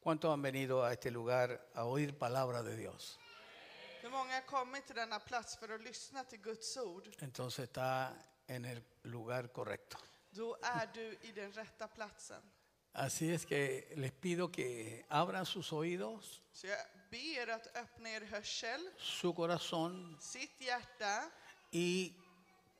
¿Cuántos han venido a este lugar a oír palabra de Dios? Hur många har kommit till denna plats för att lyssna till Guds ord? Entonces está en el lugar correcto. Då är du i den rätta platsen. Así es que les pido que abran sus oídos, Så jag ber er att öppna er hörsel, su corazón sitt hjärta y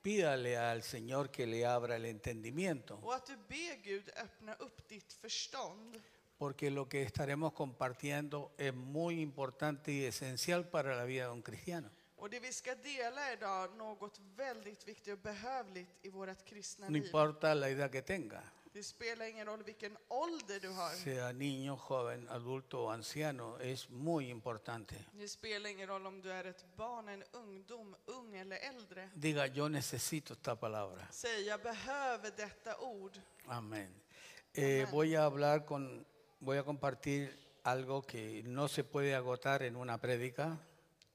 pídale al Señor que le abra el entendimiento, och att du ber Gud öppna upp ditt förstånd. porque lo que estaremos compartiendo es muy importante y esencial para la vida de un cristiano. Och det vi ska dela idag, något väldigt viktigt och behövligt i vårt kristna No liv. importa la edad que tenga, Det spelar ingen roll vilken ålder du har. sea niño, joven, adulto o anciano, es muy importante. Det spelar ingen roll om du är ett barn, en ungdom, ung eller äldre. Diga, yo necesito esta palabra. Säg, jag behöver detta ord. Amén. Eh, voy a hablar con, voy a compartir algo que no se puede agotar en una prédica.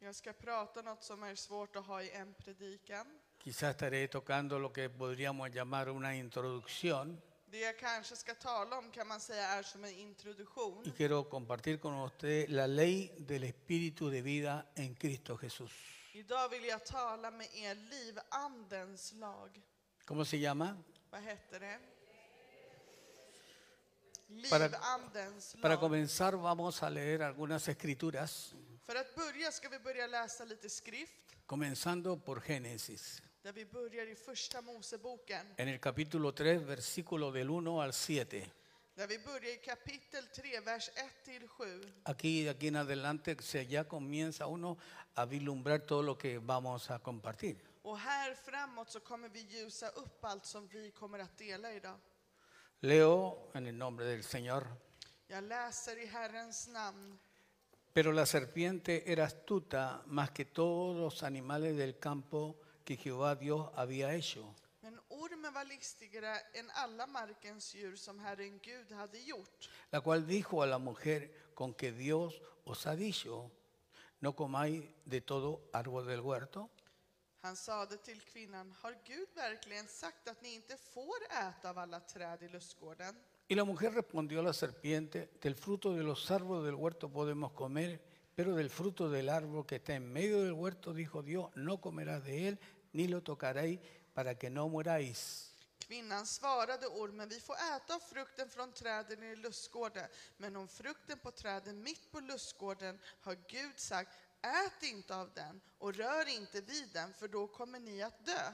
Jag ska prata något som är svårt att ha i en predikan. Quizás estaré tocando lo que podríamos llamar una introducción Det jag kanske ska tala om kan man säga är som en introduktion. y quiero compartir con usted la ley del espíritu de vida en Cristo Jesús. Idag vill jag tala med er livandens lag. ¿Cómo se llama? Vad heter det? Para- Livandens Para lag. comenzar vamos a leer algunas escrituras, För att börja ska vi börja läsa lite skrift. comenzando por Génesis, Där vi börjar i första Moseboken. en el capítulo 3, versículo del 1 al 7. Där vi börjar i kapitel 3, vers 1-7. Aquí de aquí en adelante se ya comienza uno a vislumbrar todo lo que vamos a compartir. Och här framåt så kommer vi ljusa upp allt som vi kommer att dela idag. Leo en el nombre del Señor. Jag läser i Herrens namn. Pero la serpiente era astuta más que todos los animales del campo que Jehová Dios había hecho. Men ormen var listigare än alla markens djur som Herren Gud hade gjort. La cual dijo a la mujer con que Dios os ha dicho, no comáis de todo árbol del huerto. Han sade till kvinnan, har Gud verkligen sagt att ni inte får äta av alla träd i lustgården? Y la mujer respondió a la serpiente, del fruto de los árboles del huerto podemos comer, pero del fruto del árbol que está en medio del huerto, dijo Dios, no comerás de él, ni lo tocaréis, para que no muráis. Kvinnan svarade ormen, vi får äta av frukten från träden i lustgården, men om frukten på träden mitt på lustgården har Gud sagt, ät inte av den och rör inte vid den, för då kommer ni att dö.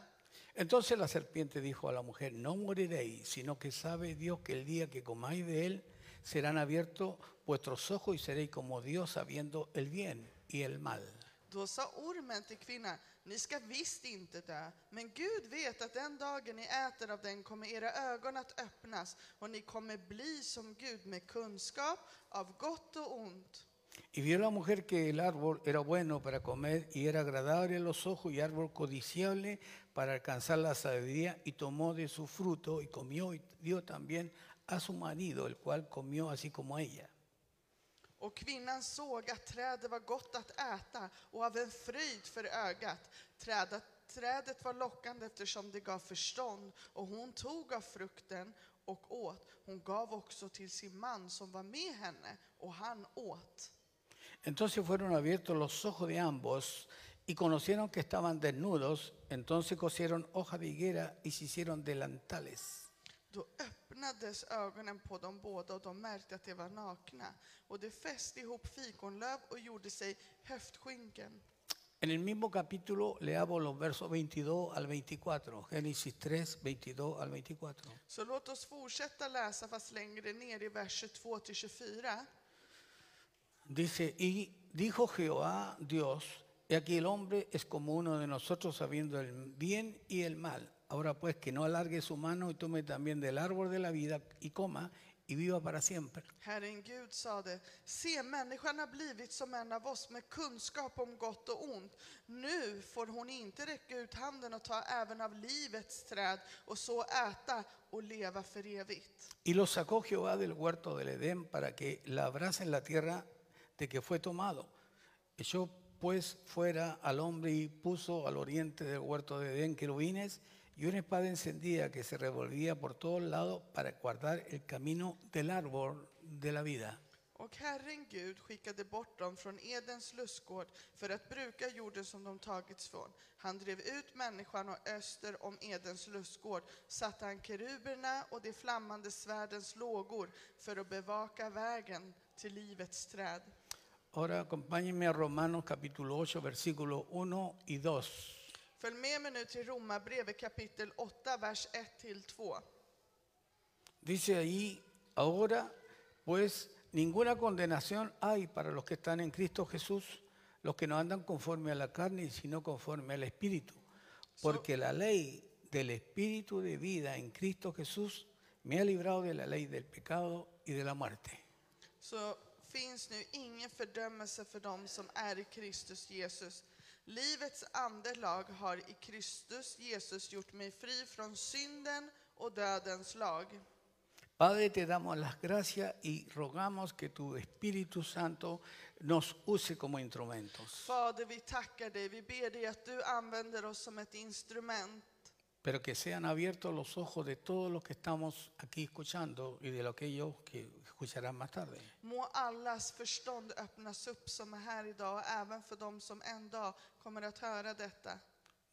Entonces la serpiente dijo a la mujer, no moriréis, sino que sabe Dios que el día que comáis de él, serán abiertos vuestros ojos y seréis como Dios sabiendo el bien y el mal. Då sa ormen till kvinnan, ni ska visst inte dö, men Gud vet att den dagen ni äter av den kommer era ögon att öppnas och ni kommer bli som Gud med kunskap av gott och ont. Y vio la mujer que el árbol era bueno para comer y era agradable a los ojos y árbol codiciable para alcanzar la sabiduría y tomó de su fruto y comió y dio también a su marido, el cual comió así como ella. Och kvinnan såg att trädet var gott att äta och av en fröjd för ögat. Trädet, trädet var lockande eftersom det gav förstånd och hon tog av frukten och åt. Hon gav också till sin man som var med henne och han åt. Entonces fueron abiertos los ojos de ambos y conocieron que estaban desnudos, entonces cosieron hoja de higuera y se hicieron delantales. Då öppnades ögonen på dem båda och de märkte att de var nakna. Och de fäste ihop fikonlöv och gjorde sig höftskynken. En el mismo capítulo leamos los versos 22 al 24, Génesis 3, 22 al 24. Så låt oss fortsätta läsa fast längre ner i vers 22-24. Dice, y dijo Jehová Dios, he aquí el hombre es como uno de nosotros sabiendo el bien y el mal. Ahora pues que no alargue su mano y tome también del árbol de la vida y coma y viva para siempre. Herren Gud sade, se människan har blivit som en av oss med kunskap om gott och ont. Nu får hon inte räcka ut handen och ta även av livets träd och så äta och leva för evigt. Y lo sacó Jehová del huerto del Edén para que labrasen la tierra de que fue tomado. Echó pues fuera al hombre y puso al oriente del huerto de Edén querubines y una espada encendida que se revolvía por todos lados para guardar el camino del árbol de la vida. Och Herren Gud skickade bort dem från Edens lustgård för att bruka jorden som de tagits från. Han drev ut människan och öster om Edens lustgård satte han keruberna och de flammande svärdens lågor för att bevaka vägen till livets träd. Ahora acompáñenme a Romanos capítulo 8, versículo 1 y 2. Följ med mig nu till Romarbrevet kapitel 8, vers 1-2. Dice ahí, ahora pues ninguna condenación hay para los que están en Cristo Jesús, los que no andan conforme a la carne, sino conforme al Espíritu. Porque la ley del Espíritu de vida en Cristo Jesús me ha librado de la ley del pecado y de la muerte. så finns nu ingen fördömelse för dem som är i Kristus Jesus. Livets andelag har i Kristus Jesus gjort mig fri från synden och dödens lag. Padre, te damos las gracias y rogamos que tu Espíritu Santo nos use como instrumentos, Fader, vi tackar dig. Vi ber dig att du använder oss som ett instrument. pero que sean abiertos los ojos de todos los que estamos aquí escuchando y de los que ellos que escucharán más tarde. Må allas förstånd öppnas upp som är här idag, även för dem som en dag kommer att höra detta.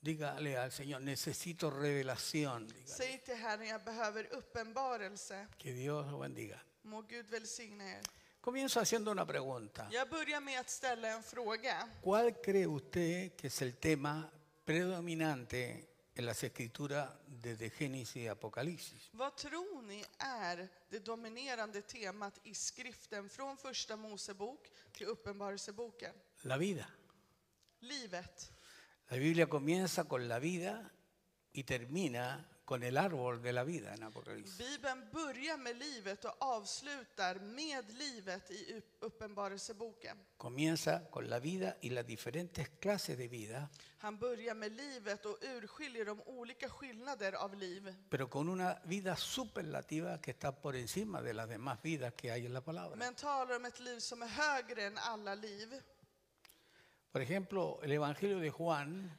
Dígale al Señor, necesito revelación. dígale. Säg till Herren, jag behöver uppenbarelse. Que Dios lo bendiga. Må Gud välsigna er. Comienzo haciendo una pregunta. Jag börjar med att ställa en fråga. ¿Cuál cree usted que es el tema predominante en las escrituras desde Génesis y Apocalipsis? Vad tror ni är det dominerande temat i skriften från första Mosebok till Uppenbarelseboken? La vida. Livet. La Biblia comienza con la vida y termina con el árbol de la vida en Apocalipsis. Bibeln börjar med livet och avslutar med livet i Upp- Uppenbarelseboken. Comienza con la vida y las diferentes clases de vida, Han börjar med livet och urskiljer de olika skillnader av liv. pero con una vida superlativa que está por encima de las demás vidas que hay en la palabra. Men talar om ett liv som är högre än alla liv. Por ejemplo, el Evangelio de Juan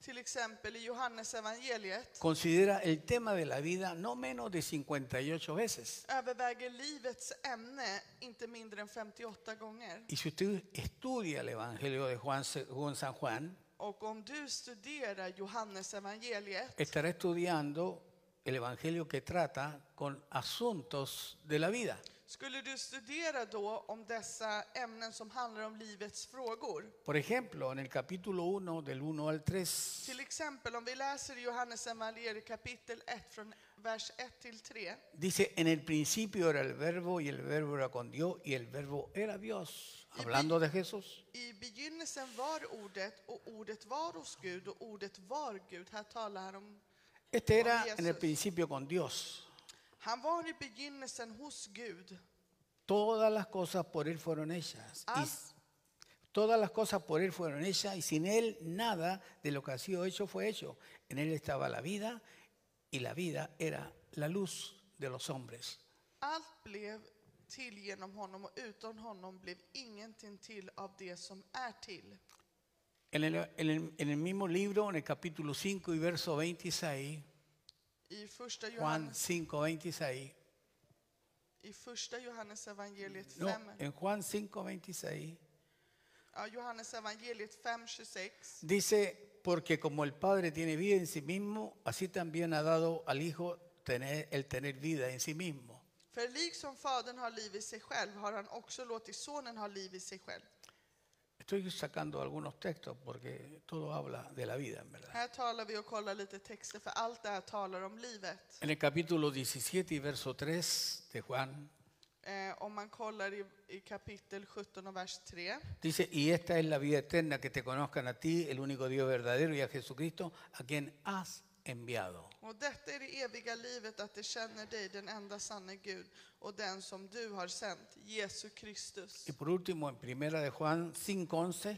Till exempel i Johannes evangeliet considera el tema de la vida no menos de 58 veces. överväger livets ämne inte mindre än 58 gånger. Y si usted estudia el Evangelio de Juan según San Juan, Och om du studerar Johannes evangeliet estará estudiando el Evangelio que trata con asuntos de la vida. skulle du studera då om dessa ämnen som handlar om livets frågor? Por ejemplo, en el capítulo 1, del 1 al 3, Till exempel om vi läser i Johannes evangeliet kapitel 1 från vers 1 till 3. dice, en el principio era el verbo y el verbo era con Dios y el verbo era Dios, hablando de Jesús. I begynnelsen var ordet och ordet var hos Gud och ordet var Gud. Här talar han om Este era en el principio con Dios. han var i begynnelsen hos Gud. Todas las cosas por Él fueron hechas. y Allt, Todas las cosas por Él fueron hechas y sin Él nada de lo que ha sido hecho fue hecho. En Él estaba la vida y la vida era la luz de los hombres. allt blev till genom honom och utan honom blev ingenting till av det som är till. En el, en el- en el mismo libro, en el capítulo 5 y verso 26, I första Juan Johannes, 5, 26, i första Johannes evangeliet no, 5, en Juan 5, 26, ja, Johannes evangeliet 5, 26. dice, porque como el Padre tiene vida en sí mismo, así también ha dado al Hijo tener, el tener vida en sí mismo. För liksom Fadern har liv i sig själv har han också låtit Sonen ha liv i sig själv. Estoy sacando algunos textos porque todo habla de la vida, en verdad. Här talar vi och kollar lite texter för allt det här talar om livet. En el capítulo 17 y verso 3 de Juan Eh, om man kollar i, i kapitel 17 och vers 3. dice, y esta es la vida eterna, que te conozcan a ti, el único Dios verdadero, y a Jesucristo, a quien has enviado. Och detta är det eviga livet, att det känner dig, den enda sanne Gud och den som du har sänt, Jesu Kristus. Y por último, en primera de Juan 5.11,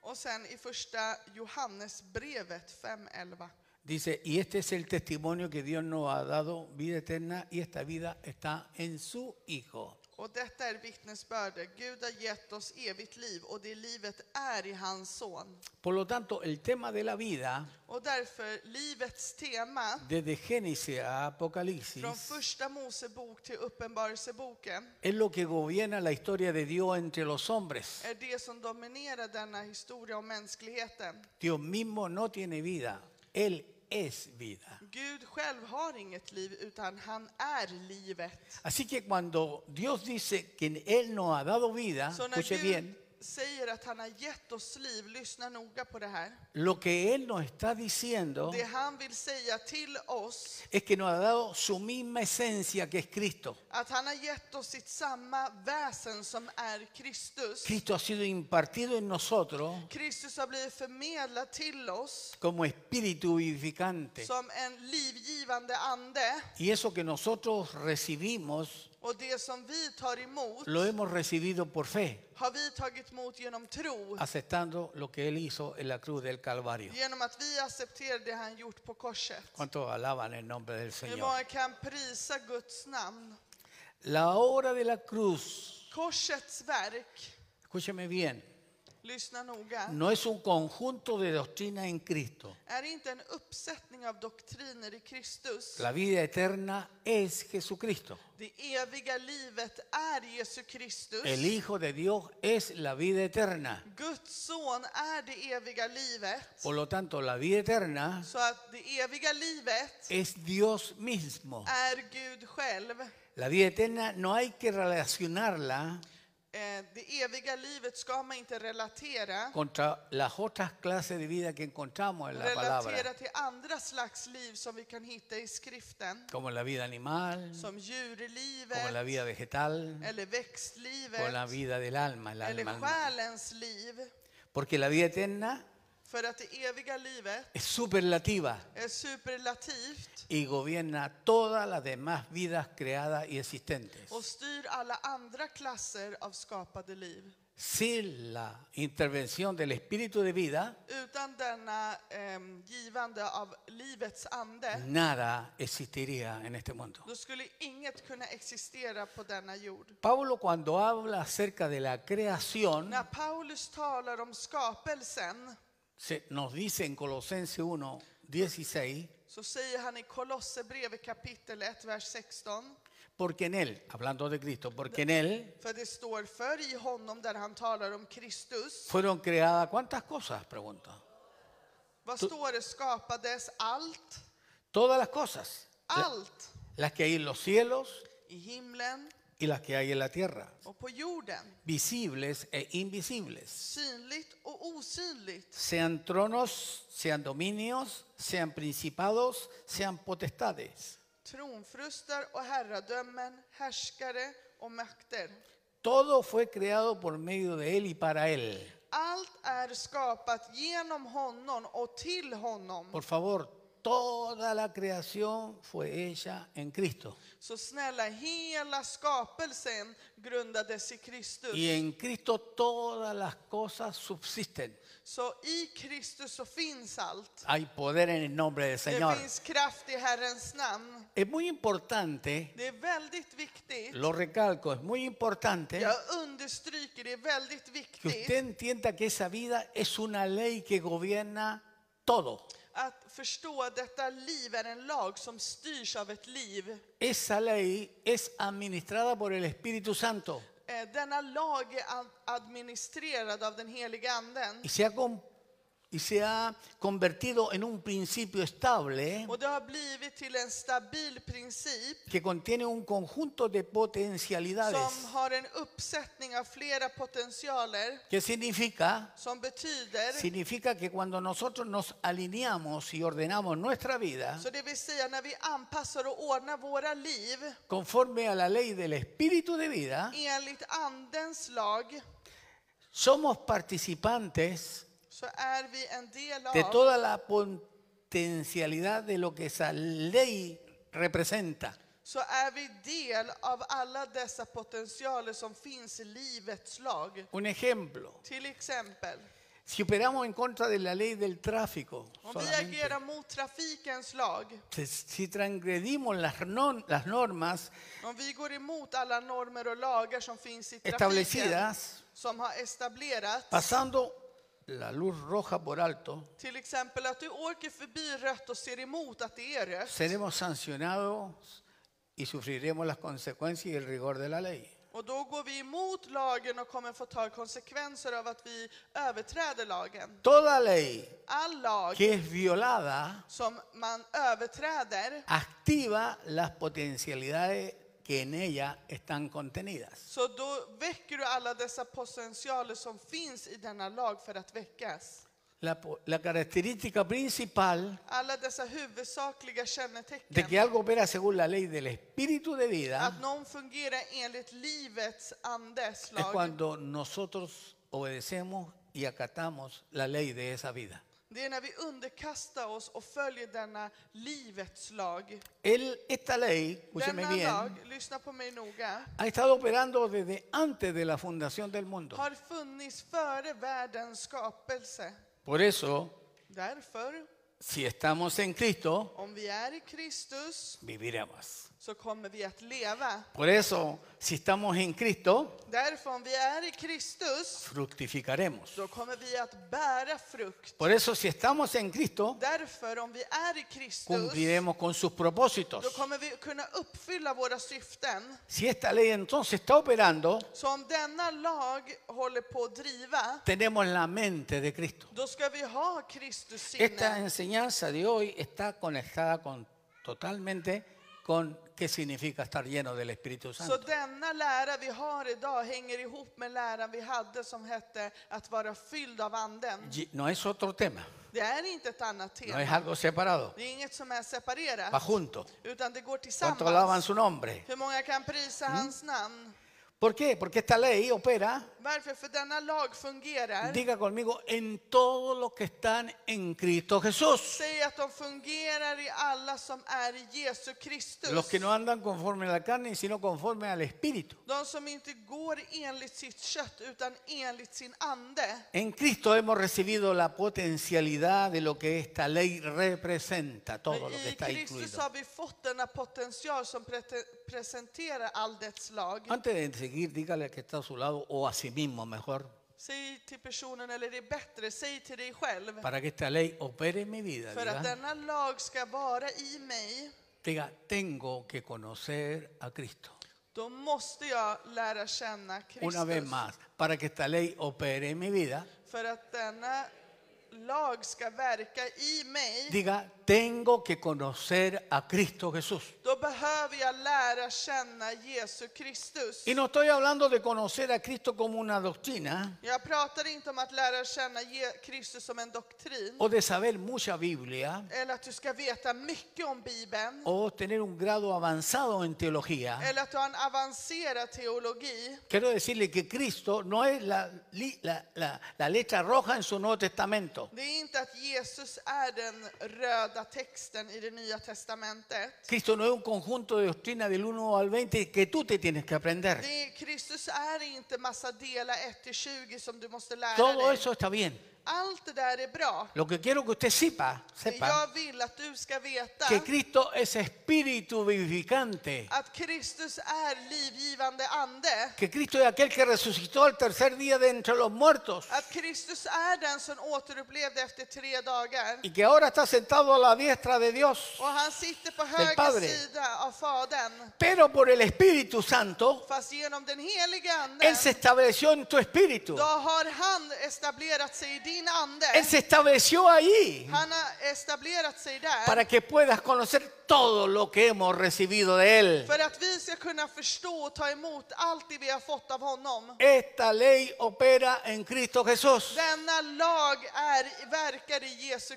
Och sen i första Johannesbrevet 5.11. dice, y este es el testimonio que Dios nos ha dado, vida eterna, y esta vida está en su Hijo. Och detta är vittnesbördet. Gud har gett oss evigt liv och det livet är i hans son. Por lo tanto, el tema de la vida, Och därför, livets tema desde Génesis a från Apocalipsis, första Mosebok till Uppenbarelseboken es lo que gobierna la historia de Dios entre los hombres. är det som dominerar denna historia om mänskligheten. Dios mismo no tiene vida, Él es vida. Gud själv har inget liv utan han är livet. Así que cuando Dios dice que Él nos ha dado vida, Så när Ah, escuche Gud bien, säger att han har gett oss liv, lyssna noga på det här. lo que Él nos está diciendo Det han vill säga till oss, es que nos ha dado su misma esencia que es Cristo. att han har gett oss sitt samma väsen som är Kristus. Cristo ha sido impartido en nosotros Kristus har blivit förmedlad till oss como espíritu vivificante. som en livgivande ande. Y eso que nosotros recibimos, Och det som vi tar emot lo hemos recibido por fe, har vi tagit emot genom tro. aceptando lo que Él hizo en la cruz del Calvario. Genom att vi accepterar det han gjort på korset. ¿Cuántos alaban el nombre del Hur Señor? många kan prisa Guds namn? La obra de la cruz, Korsets verk, escúcheme bien, lyssna noga, no es un conjunto de doctrina en Cristo. är inte en uppsättning av doktriner i Kristus. La vida eterna es Jesucristo. Det eviga livet är Jesu Kristus. El Hijo de Dios es la vida eterna. Guds son är det eviga livet. Por lo tanto, la vida eterna Så att det eviga livet es Dios mismo. är Gud själv. La vida eterna no hay que relacionarla Eh, Det eviga livet ska man inte relatera. contra las otras clases de vida que encontramos en la Relatera palabra, till andra slags liv som vi kan hitta i skriften. como la vida animal, Som como la djurlivet, vida vegetal, eller como la växtlivet, vida del alma, el alma. eller alma. själens liv. Porque la vida eterna För att det eviga livet es superlativa är superlativt y gobierna todas las demás vidas creadas y existentes. och styr alla andra klasser av skapade liv. Sin la intervención del espíritu de vida, Utan denna ehm, givande av livets Mm. ande, nada existiría en este mundo. då skulle inget kunna existera på denna jord. Pablo cuando habla acerca de la creación, När Paulus talar om skapelsen se- nos dice en Colosenses 1, 16, så säger han i Kolosserbrevet kapitel 1, vers 16. Porque en Él, hablando de Cristo, porque en Él För det står för i honom där han talar om Kristus. fueron creadas cuántas cosas, pregunta. Vad står det? Skapades allt, Todas las cosas, la- allt las que hay en los cielos i himlen y las que hay en la tierra, och på jorden. visibles e invisibles, synligt och osynligt. sean tronos, sean dominios, sean principados, sean potestades. Tronfrustar och herradömen, härskare och makter. Todo fue creado por medio de Él y para Él. Allt är skapat genom honom och till honom. Por favor, toda la creación fue hecha en Cristo. Så snälla, hela skapelsen grundades i Y Kristus. en Cristo todas las cosas subsisten. Så i Kristus så finns allt. Hay poder en el nombre del Señor. Det finns kraft i Herrens namn. Es muy importante, Det är väldigt viktigt, lo recalco, es muy importante jag understryker, det är väldigt que usted viktigt entienda que esa vida es una ley que gobierna todo. att förstå att detta liv är en lag som styrs av ett liv. Esa ley es administrada por el Espíritu Santo Eh, Denna lag är ad- administrerad av den heliga anden. y se ha, con- y se ha convertido en un principio estable Och det har blivit till en stabil princip que contiene un conjunto de potencialidades. som har en uppsättning av flera potentialer ¿Qué significa? som betyder, Significa que cuando nosotros nos alineamos y ordenamos nuestra vida så det vill säga när vi anpassar och ordnar våra liv conforme a la ley del espíritu de vida, enligt andens lag somos participantes så är vi en del de av toda la potencialidad de lo que esa ley representa. så är vi del av alla dessa potentialer som finns i livets lag. Un ejemplo, Till exempel, Si operamos en contra de la ley del tráfico, Om vi solamente, agerar mot trafikens lag, si- si transgredimos las, non- las normas om vi går emot alla normer och lagar som finns i trafiken, establecidas, som har etablerats, pasando la luz roja por alto, till exempel att du åker förbi rött och ser emot att det är rött, seremos sancionados y sufriremos las consecuencias y el rigor de la ley. och då går vi emot lagen och kommer få ta konsekvenser av att vi överträder lagen. Toda ley All lag que es violada som man överträder activa las potencialidades que en ella están contenidas. Så då väcker du alla dessa potentialer som finns i denna lag för att väckas. La, po- la característica principal Alla dessa huvudsakliga de que kännetecken. algo opera según la ley del espíritu de Att vida någon fungerar enligt livets andes es lag. cuando nosotros obedecemos y acatamos la ley de esa vida. Det är när vi underkastar oss och följer denna livets lag. Él, esta ley, escúcheme Denna bien, lag, lyssna på mig noga, ha estado operando desde antes de la fundación del mundo. har funnits före världens skapelse. Por eso, Därför, si estamos en Cristo, om vi är i Kristus viviremos. så kommer vi att leva. Por eso, si estamos en Cristo, Därför, om vi är i Kristus fructificaremos. Då kommer vi att bära frukt. Por eso, si estamos en Cristo, Därför om vi är i Kristus, cumpliremos con sus då propósitos. kommer vi kunna uppfylla våra syften. Si esta ley entonces está operando, Så om denna lag håller på att driva, tenemos la mente de Cristo. då ska vi ha Kristus Esta sinne. enseñanza de hoy está conectada con, totalmente con qué significa estar lleno del Espíritu Så Santo. denna lära vi har idag hänger ihop med läran vi hade som hette att vara fylld av anden. Y- No es otro tema, Det är inte ett annat no es tema. algo separado, Det är inget som är va separerat, junto. utan det går ¿Cuánto alaban tillsammans. su nombre? Hur många kan prisa hans namn? ¿Por qué? Porque esta ley opera, Varför? För denna lag fungerar. diga conmigo, en todos los que están en Cristo Jesús. Säg att de fungerar i alla som är i Jesu Kristus. Los que no andan conforme a la carne, sino conforme al Espíritu. De som inte går enligt sitt kött utan enligt sin ande. En Cristo hemos recibido la potencialidad de lo que esta ley representa, todo Men lo que I está Kristus incluido. har vi fått denna potential som prete- presenterar all dess lag. Antes de seguir, dígale al que está a su lado o a sí mismo mejor, Säg till personen, eller det är bättre, säg till dig själv. para que esta ley opere en mi vida. För att Diga, denna lag ska vara i mig, diga, tengo que conocer a Cristo. då måste jag lära känna Una vez Kristus. más, para que esta ley opere en mi vida, För att denna lag ska verka i mig, diga, tengo que conocer a Cristo Jesús. Då behöver jag lära känna Jesus Kristus. Y no estoy hablando de conocer a Cristo como una doctrina Jag pratar inte om att lära känna Je- Kristus som en doktrin. o de saber mucha Biblia Eller att du ska veta mycket om Bibeln. o tener un grado avanzado en teología. Eller att du har en avancerad teologi. Quiero decirle que Cristo no es la, li- la- la- la letra roja en su Nuevo Testamento. Det är inte att Jesus är den röda texten i det nya testamentet. Cristo no es un conjunto de doctrina del 1 al 20 que tú te tienes que aprender. Det är, Kristus är inte massa delar 1-20 som du måste lära Todo dig. eso está bien. Allt det där är bra. Lo que quiero que usted sepa, Men sepa jag vill att du ska que veta Cristo es espíritu vivificante. att Kristus är livgivande ande. Que Cristo es aquel que resucitó al tercer día de entre los muertos Att Kristus är den som återupplevde efter tre dagar. y que ahora está sentado a la diestra de Dios. Och han sitter på Padre. höger sida av Fadern. Pero por el Espíritu Santo, Fast genom den helige Él anden, se estableció en tu espíritu. då har han etablerat sig i din Él ande. se estableció allí. Han har etablerat sig där. para que puedas conocer todo lo que hemos recibido de Él. För att vi ska kunna förstå och ta emot allt det vi har fått av honom. Esta ley opera en Cristo Jesús. Denna lag är, verkar i Jesu Sin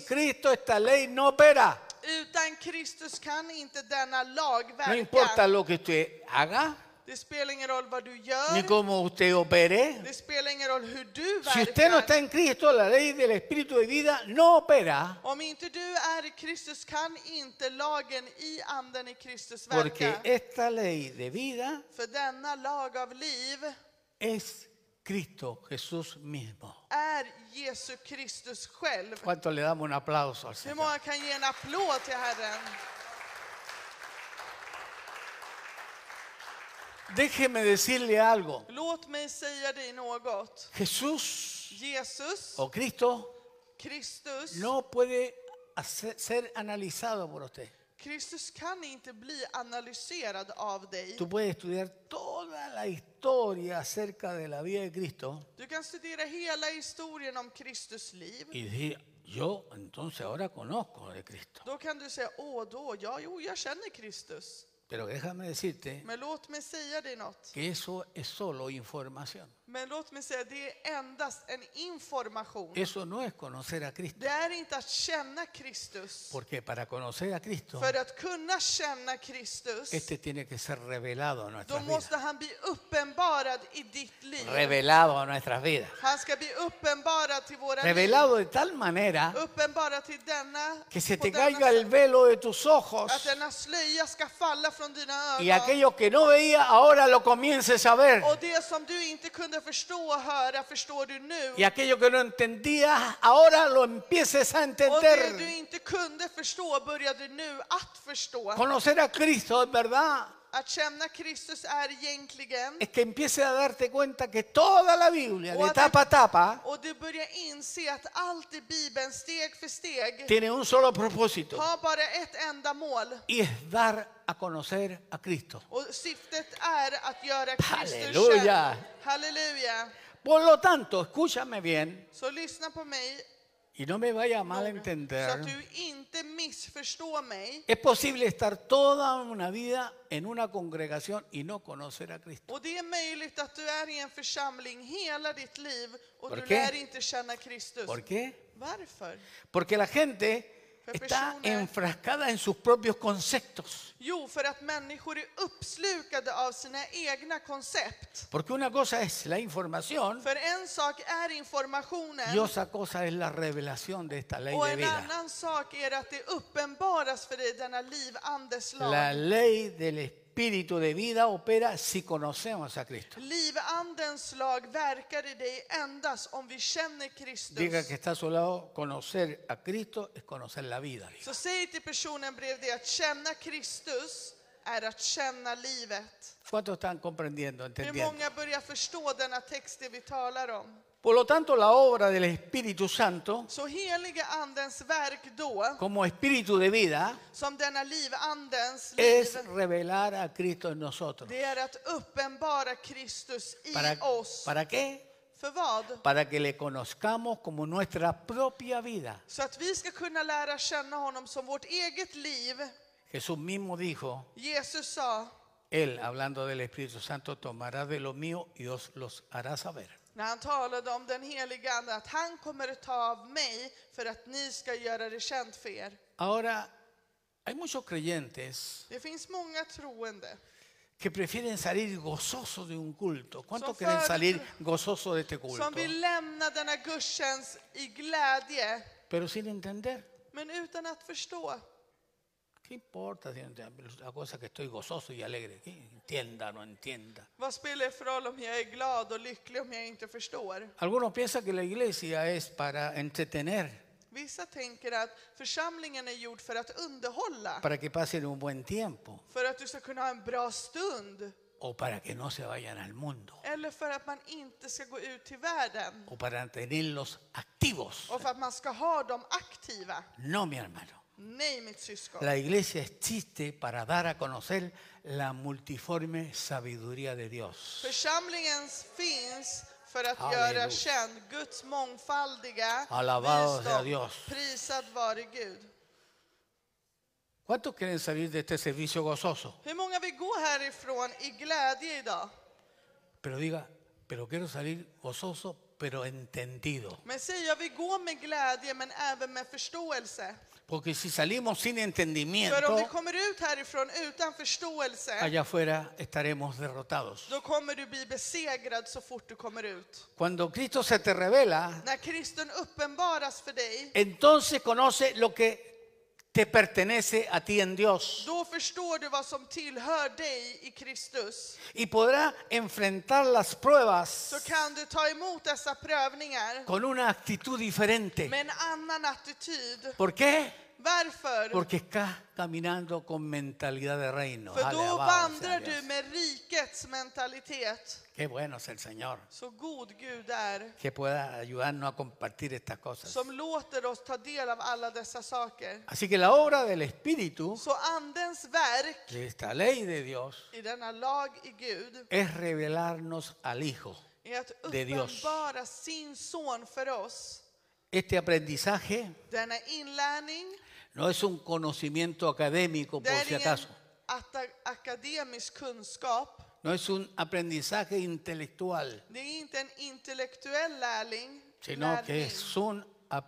Kristus. Cristo esta ley no opera. Utan Kristus kan inte denna lag No importa verka. lo que usted haga, Det spelar ingen roll vad du ni gör. cómo usted opere. Det spelar ingen roll hur du Si usted no está verkar. en Cristo, la ley del Espíritu de vida no opera. Om inte du är i Kristus kan inte lagen i anden i Kristus Porque verka. esta ley de vida För denna lag av liv es Cristo Jesús mismo. är Jesu Kristus själv. ¿Cuánto le damos un aplauso al Hur Señor? många kan ge en applåd till Herren? Déjeme decirle algo. Låt mig säga dig något. Jesús Jesus, o Cristo Kristus, no puede hacer- ser analizado por usted. Kristus kan inte bli analyserad av dig. Tú puedes estudiar toda la historia acerca de la vida de Cristo Du kan studera hela historien om Kristus liv. y decir, yo entonces ahora conozco de Cristo. Då kan du säga, åh då, ja, jo, jag känner Kristus. Pero déjame decirte Men låt mig säga dig något. que eso es solo información. Men låt mig säga, det är endast en information. Eso no es conocer a Cristo. Det är inte att känna Kristus. Porque para conocer a Cristo, För att kunna känna Kristus, este tiene que ser revelado a då nuestras vidas. måste han bli uppenbarad i ditt liv. Revelado a nuestras vidas. Han ska bli uppenbarad till våra liv. Revelado de tal manera Uppenbarad till denna, que se på te denna caiga el sätt. velo de tus ojos Att denna slöja ska falla från dina y ögon. aquello que no veía ahora lo comiences a ver Och det som du inte kunde förstå och höra förstår du nu. y aquello que no entendías ahora lo empieces a Och det du entender. inte kunde förstå börjar du nu att förstå. Conocer a Cristo es verdad. Att känna Kristus är egentligen, Es que empieces a darte cuenta que toda la Biblia, de tapa a tapa, och du börjar inse att allt i Bibeln steg för steg tiene un solo propósito har bara ett enda mål. y es dar a conocer a Cristo. Och syftet är att göra Kristus Halleluja. känd. Halleluja! Por lo tanto, escúchame bien Så lyssna på mig y no me vaya a mal så entender. att du inte missförstår mig. Es posible estar toda una vida en una congregación y no conocer a Cristo. Och det är möjligt att du är i en församling hela ditt liv och du Por qué? lär inte känna Kristus. ¿Por qué? Varför? Porque la gente Fue está persona. enfrascada en sus propios conceptos. Jo, för att människor är uppslukade av sina egna koncept. Porque una cosa es la información För en sak är informationen y otra cosa es la revelación de esta ley och de en vida. annan sak är att det uppenbaras för dig, denna livandes lag. La ley del espíritu de vida opera si conocemos a Cristo. Livandens lag verkar i dig endast om vi känner Kristus. Diga que está a su lado, conocer a Cristo es conocer la vida. Så säg till personen bredvid dig att känna Kristus är att känna livet. ¿Cuántos están comprendiendo, Hur entendiendo? många börjar förstå denna text det vi talar om? Por lo tanto, la obra del Espíritu Santo Så heliga andens verk då, como espíritu de vida som denna livandens liv, es revelar a Cristo en nosotros. det är att uppenbara Kristus i ¿Para, oss. ¿Para qué? För vad? Para que le conozcamos como nuestra propia vida. Så att vi ska kunna lära känna honom som vårt eget liv. Jesús mismo dijo, Jesus sa, Él, hablando del Espíritu Santo, tomará de lo mío y os los hará saber. när han talade om den heliga Ande att han kommer att ta av mig för att ni ska göra det känt för er. Ahora, hay muchos creyentes Det finns många troende que prefieren salir gozosos de un culto. ¿Cuántos Son quieren fuertes. salir gozosos de este culto? som vill lämna denna gudstjänst i glädje, Pero sin entender. men utan att förstå. ¿Qué importa? si no entiende? La cosa es que estoy gozoso y alegre. ¿Qué? Entienda o no entienda. Vad spelar det för roll om jag är glad och lycklig om jag inte förstår? Algunos piensan que la iglesia es para entretener, Vissa tänker att församlingen är gjord för att underhålla, para que pasen un buen tiempo för att du ska kunna ha en bra stund, o para que no se vayan al mundo eller för att man inte ska gå ut till världen o para tenerlos activos. och för att man ska ha dem aktiva. No, mi hermano. Nej, mitt syskon. La iglesia existe para dar a conocer la multiforme sabiduría de Dios. Församlingen finns för att Halleluja. göra känd Guds mångfaldiga Alabado sea visdom. Dios. Prisad vare Gud. ¿Cuántos quieren salir de este servicio gozoso? Hur många vill gå härifrån i glädje idag? Pero diga, pero quiero salir gozoso, pero entendido. Men säg, jag vill gå med glädje men även med förståelse. Porque si salimos sin För om entendimiento, vi kommer ut härifrån utan förståelse, allá afuera estaremos derrotados. då kommer du bli besegrad så fort du kommer ut. Cuando Cristo se te revela, När Kristus uppenbaras för dig, entonces conoce lo que te pertenece a ti en Dios Då förstår du vad som tillhör dig i Kristus. y podrá enfrentar las pruebas Så kan du ta emot dessa prövningar con una actitud diferente. med en annan attityd. ¿Por qué? Varför? Porque estás caminando con mentalidad de reino. För då Alabado sea vandrar Dios. du med rikets mentalitet. Qué bueno es el Señor Så god Gud är, que pueda ayudarnos a compartir estas cosas. som låter oss ta del av alla dessa saker. Así que la obra del Espíritu, Så Andens verk de esta ley de Dios, i denna lag i Gud es revelarnos al Hijo. är att De Dios. uppenbara sin son för oss. Este aprendizaje Denna inlärning, no es un conocimiento académico, det por är si ingen acaso. ata- akademisk kunskap. No es un aprendizaje intelectual, Det är inte en intellektuell lärling, sino que lärling es un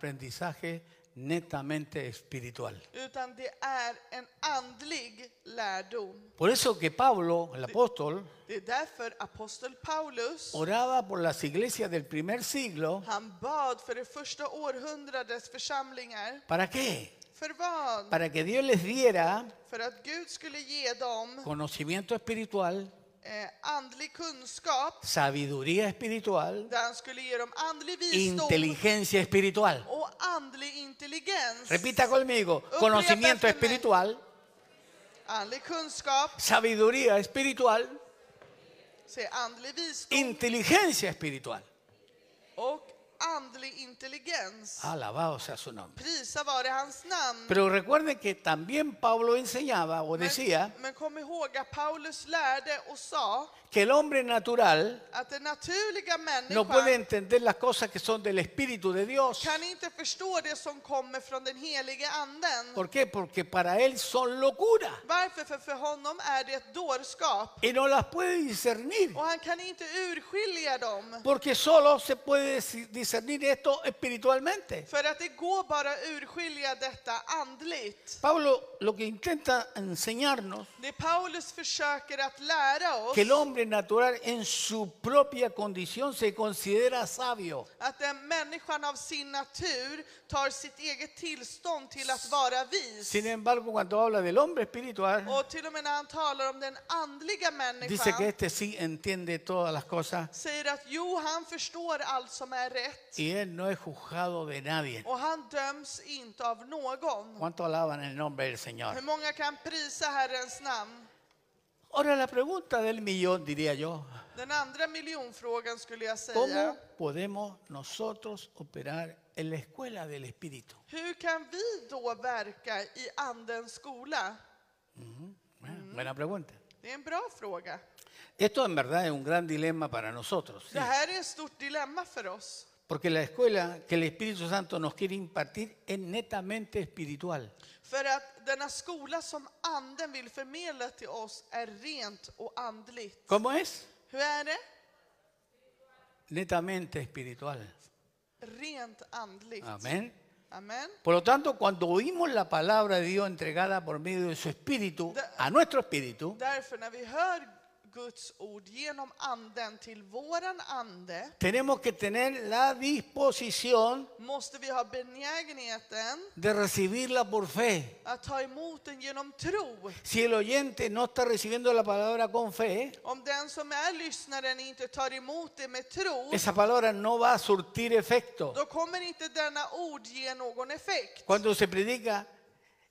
aprendizaje netamente espiritual. utan det är en andlig lärdom. Por eso que Pablo, el apóstol, Det är därför apostel Paulus, oraba por las iglesias del primer siglo. han bad för det första århundradets församlingar. ¿Para qué? För vad? Para que Dios les diera För att Gud skulle ge dem conocimiento espiritual, eh, andlig kunskap, sabiduría espiritual, där han skulle ge dem andlig visdom inteligencia espiritual. och andlig intelligens. Repita conmigo, conocimiento espiritual, Andlig kunskap, sabiduría espiritual, se andlig visdom inteligencia espiritual. och andlig intelligens. Alabado sea su nombre. Prisa vare hans namn. Pero recuerden que también Pablo enseñaba o Men, decía men kom ihåg att Paulus lärde och sa que el hombre natural att den naturliga no puede människan entender las cosas que son del Espíritu de Dios. kan inte förstå det som kommer från den helige anden. ¿Por qué? Porque para él son locura Varför? För för honom är det ett dårskap y no las puede discernir. och han kan inte urskilja dem. Porque solo se puede dis- discernir esto espiritualmente. För att det går bara att urskilja detta andligt. Pablo lo que intenta enseñarnos Det Paulus försöker att lära oss que el hombre natural en su propia condición se considera sabio, att den människan av sin natur tar sitt eget tillstånd till att vara vis. sin embargo cuando habla del hombre espiritual Och till och med när han talar om den andliga dice människan que este sí entiende todas las cosas säger att jo, han förstår allt som är rätt y él no es juzgado de nadie. och han döms inte av någon. ¿Cuánto alaban el nombre del Hur Señor? många kan prisa Herrens namn? Ahora la pregunta del millón diría yo, Den andra miljonfrågan skulle jag säga. ¿cómo podemos nosotros operar en la escuela del espíritu? Hur kan vi då verka i Andens skola? Bueno, Buena pregunta. Det är en bra fråga. Esto en verdad es un gran dilema para nosotros, sí. Det här är ett stort dilemma för oss. porque la escuela que el Espíritu Santo nos quiere impartir es netamente espiritual. För att denna skola som Anden vill förmedla till oss är rent och andligt. ¿Cómo es? Hur är det? Netamente espiritual. Rent andligt. Amén. Amen. Por lo tanto, cuando oímos la palabra de Dios entregada por medio de su espíritu a nuestro espíritu, Därför när vi hör Guds ord genom anden till våran ande tenemos que tener la disposición måste vi ha benägenheten de recibirla por fe. att ta emot den genom tro. Si el oyente no está recibiendo la palabra con fe, Om den som är lyssnaren inte tar emot det med tro, esa palabra no va a surtir efecto. då kommer inte denna ord ge någon effekt. Cuando se predica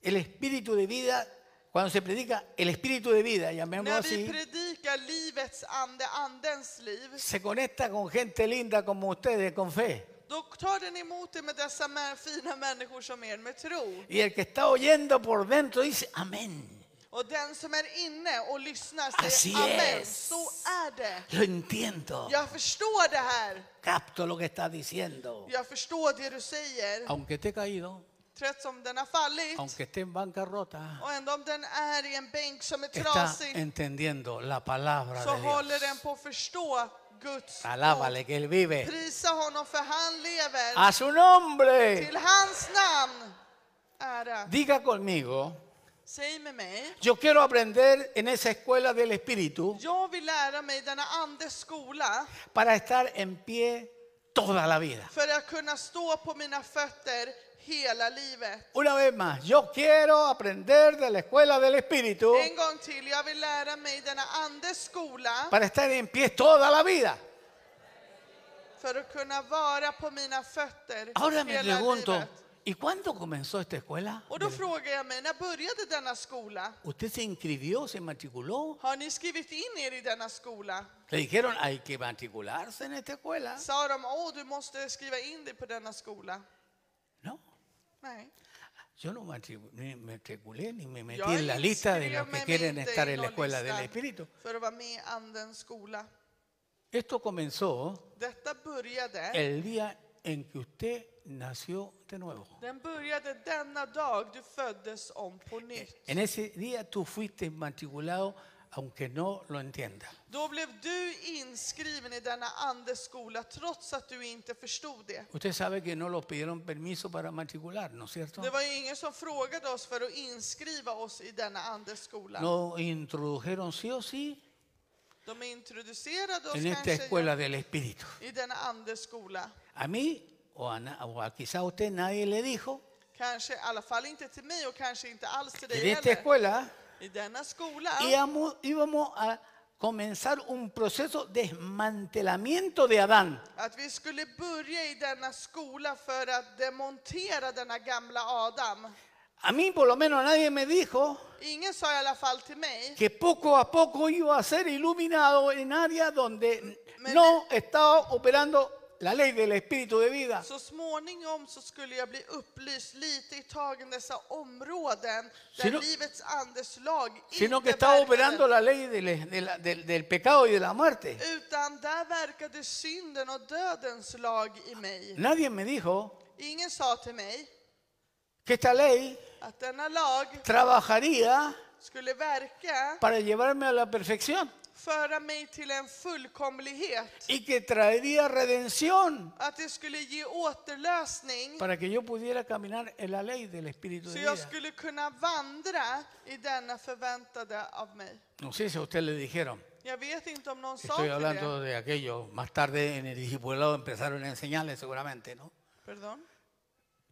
el espíritu de vida, cuando se predica el espíritu de vida, llamémoslo När vi así, predikar livets ande, andens liv, se conecta con gente linda como ustedes con fe. då tar den emot det med dessa mä- fina människor som är med tro. Y el que está oyendo por dentro dice, amén. Och den som är inne och lyssnar Así säger amen, es. så är det. Lo entiendo. Jag förstår det här. Capto lo que está diciendo. Jag förstår det du säger. Aunque esté caído, Trött som den har fallit. aunque esté en bancarrota, Och ändå om den är i en bänk som är está trasig entendiendo la palabra så de håller Dios. den på att förstå Guds ord. Alábale que Él vive. Prisa honom för han lever. A su nombre. Till hans namn ära. Diga conmigo, Säg med mig. yo quiero aprender en esa escuela del espíritu Jag vill lära mig denna andes skola para estar en pie toda la vida. för att kunna stå på mina fötter hela livet. Una vez más, yo quiero aprender de la escuela del Espíritu En gång till, jag vill lära mig denna andes skola para estar en pie toda la vida. för att kunna vara på mina fötter Ahora me hela pregunto, livet. ¿y cuándo comenzó esta escuela? Och då frågar jag mig, när började denna skola? ¿Usted se inscribió, se matriculó? Har ni skrivit in er i denna skola? Le dijeron, hay que matricularse en esta escuela. Sa de, åh du måste skriva in dig på denna skola? No, Nej. yo no matricu- ni matriculé ni me metí Jag en la lista de inskrev los que mig quieren inte estar i en la någon escuela del lista Espíritu. För att vara med i andens skola. Esto comenzó Detta började, el día en que usted nació de nuevo. den började denna dag du föddes om på nytt. En ese día tú fuiste matriculado aunque no lo entienda. Då blev du inskriven i denna andes skola trots att du inte förstod det. Usted sabe que no los pidieron permiso para matricular, ¿no es cierto? Det var ju ingen som frågade oss för att inskriva oss i denna andes skola. Nos introdujeron sí o sí De introducerade oss en esta kanske escuela del Espíritu. i denna andes skola. A mí o a, na- o a quizá a usted nadie le dijo Kanske i alla fall inte till mig och kanske inte alls till que en dig esta heller. escuela I denna skola íbamos, íbamos a comenzar un proceso de desmantelamiento de Adán. att vi skulle börja i denna skola för att demontera denna gamla Adam. A mí por lo menos nadie me dijo Ingen sa i alla fall till mig que poco a poco iba a ser iluminado en áreas donde Me- no estaba operando la ley del espíritu de vida. Så småningom så skulle jag bli upplyst lite i taget dessa områden där Sino- livets andes lag Sino que inte estaba verkade, operando la ley del, de la- del- del pecado y de la muerte. Eh. utan där verkade synden och dödens lag i mig. Nadie me dijo Ingen sa till mig que esta ley att denna lag trabajaría skulle verka, para llevarme a la perfección föra mig till en fullkomlighet, y que traería redención att det skulle ge återlösning para que yo pudiera caminar en la ley del espíritu så de jag vida. skulle kunna vandra i denna förväntade av mig. No sé si a usted le dijeron. Jag vet inte om någon sa Estoy till det. hablando de aquello. Más tarde en el discipulado empezaron a enseñarle seguramente, ¿no? Pardon?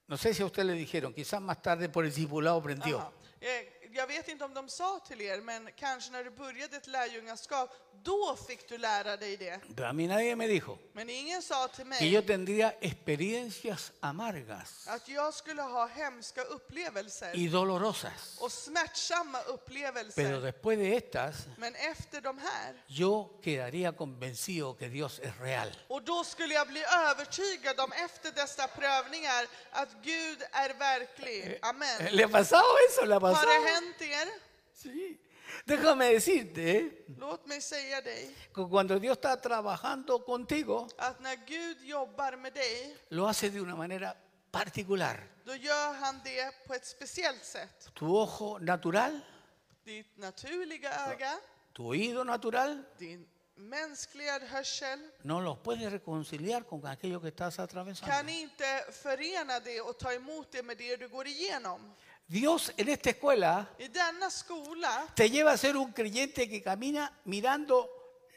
No sé si a usted le dijeron, quizás más tarde por el discipulado aprendió. Jaha. Eh, Jag vet inte om de sa till er, men kanske när du började ett lärjungaskap, då fick du lära dig det. Pero a mí nadie me dijo Men ingen sa till que mig yo tendría experiencias amargas att jag skulle ha hemska upplevelser y dolorosas. och smärtsamma Pero upplevelser. después de estas, Men efter de här, yo quedaría convencido que Dios es real. och då skulle jag bli övertygad om efter dessa prövningar att Gud är verklig. Amen. ¿Le ha pasado eso? ¿Le ha pasado? Har det hänt er? Sí. Déjame decirte, ¿eh? Låt mig säga dig que cuando Dios está trabajando contigo, att när Gud jobbar med dig, lo hace de una manera particular. då gör han det på ett speciellt sätt. Tu ojo natural, ditt naturliga öga, tu oído natural, din mänskliga hörsel no los puedes reconciliar con aquello que estás kan atravesando. inte förena det och ta emot det med det du går igenom. Dios en esta escuela I denna skola te lleva a ser un creyente que camina mirando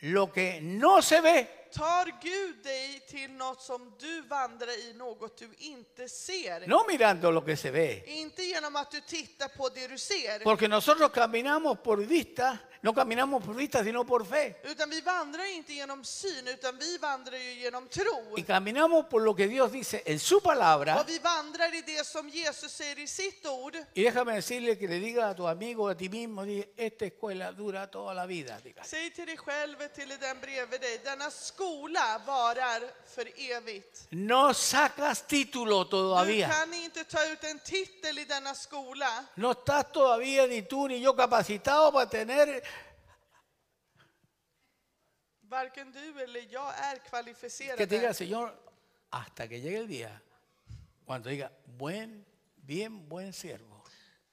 lo que no se ve. tar Gud dig till något som du vandrar i, något du inte ser. No mirando lo que se ve. Inte genom att du tittar på det du ser, Porque nosotros caminamos por vista, no caminamos por vista, sino por fe. utan vi vandrar inte genom syn, utan vi vandrar ju genom tro. Y caminamos por lo que Dios dice en su palabra. Och vi vandrar i det som Jesus säger i sitt ord. Y déjame decirle que le diga a tu amigo, a ti mismo, di, esta escuela dura toda la vida. diga. Säg till dig själv, till den bredvid dig, denna skola varar för evigt. No sacas título Du todavía. kan inte ta ut en titel i denna skola. No estás todavía ni tú ni yo capacitado para tener Varken du eller jag är que te diga, kvalificerade. Señor, hasta que llegue el día, cuando diga, buen, bien, buen siervo.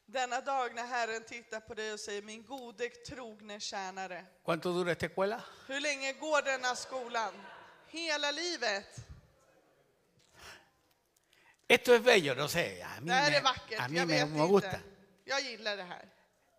Denna dag när Herren tittar på dig och säger min gode trogne tjänare. ¿Cuánto dura esta escuela? Hur länge går denna skolan? Hela livet. Esto es bello, no sé. A mí Det här me- är vackert, a mí jag me- vet me inte. gusta. Jag gillar det här.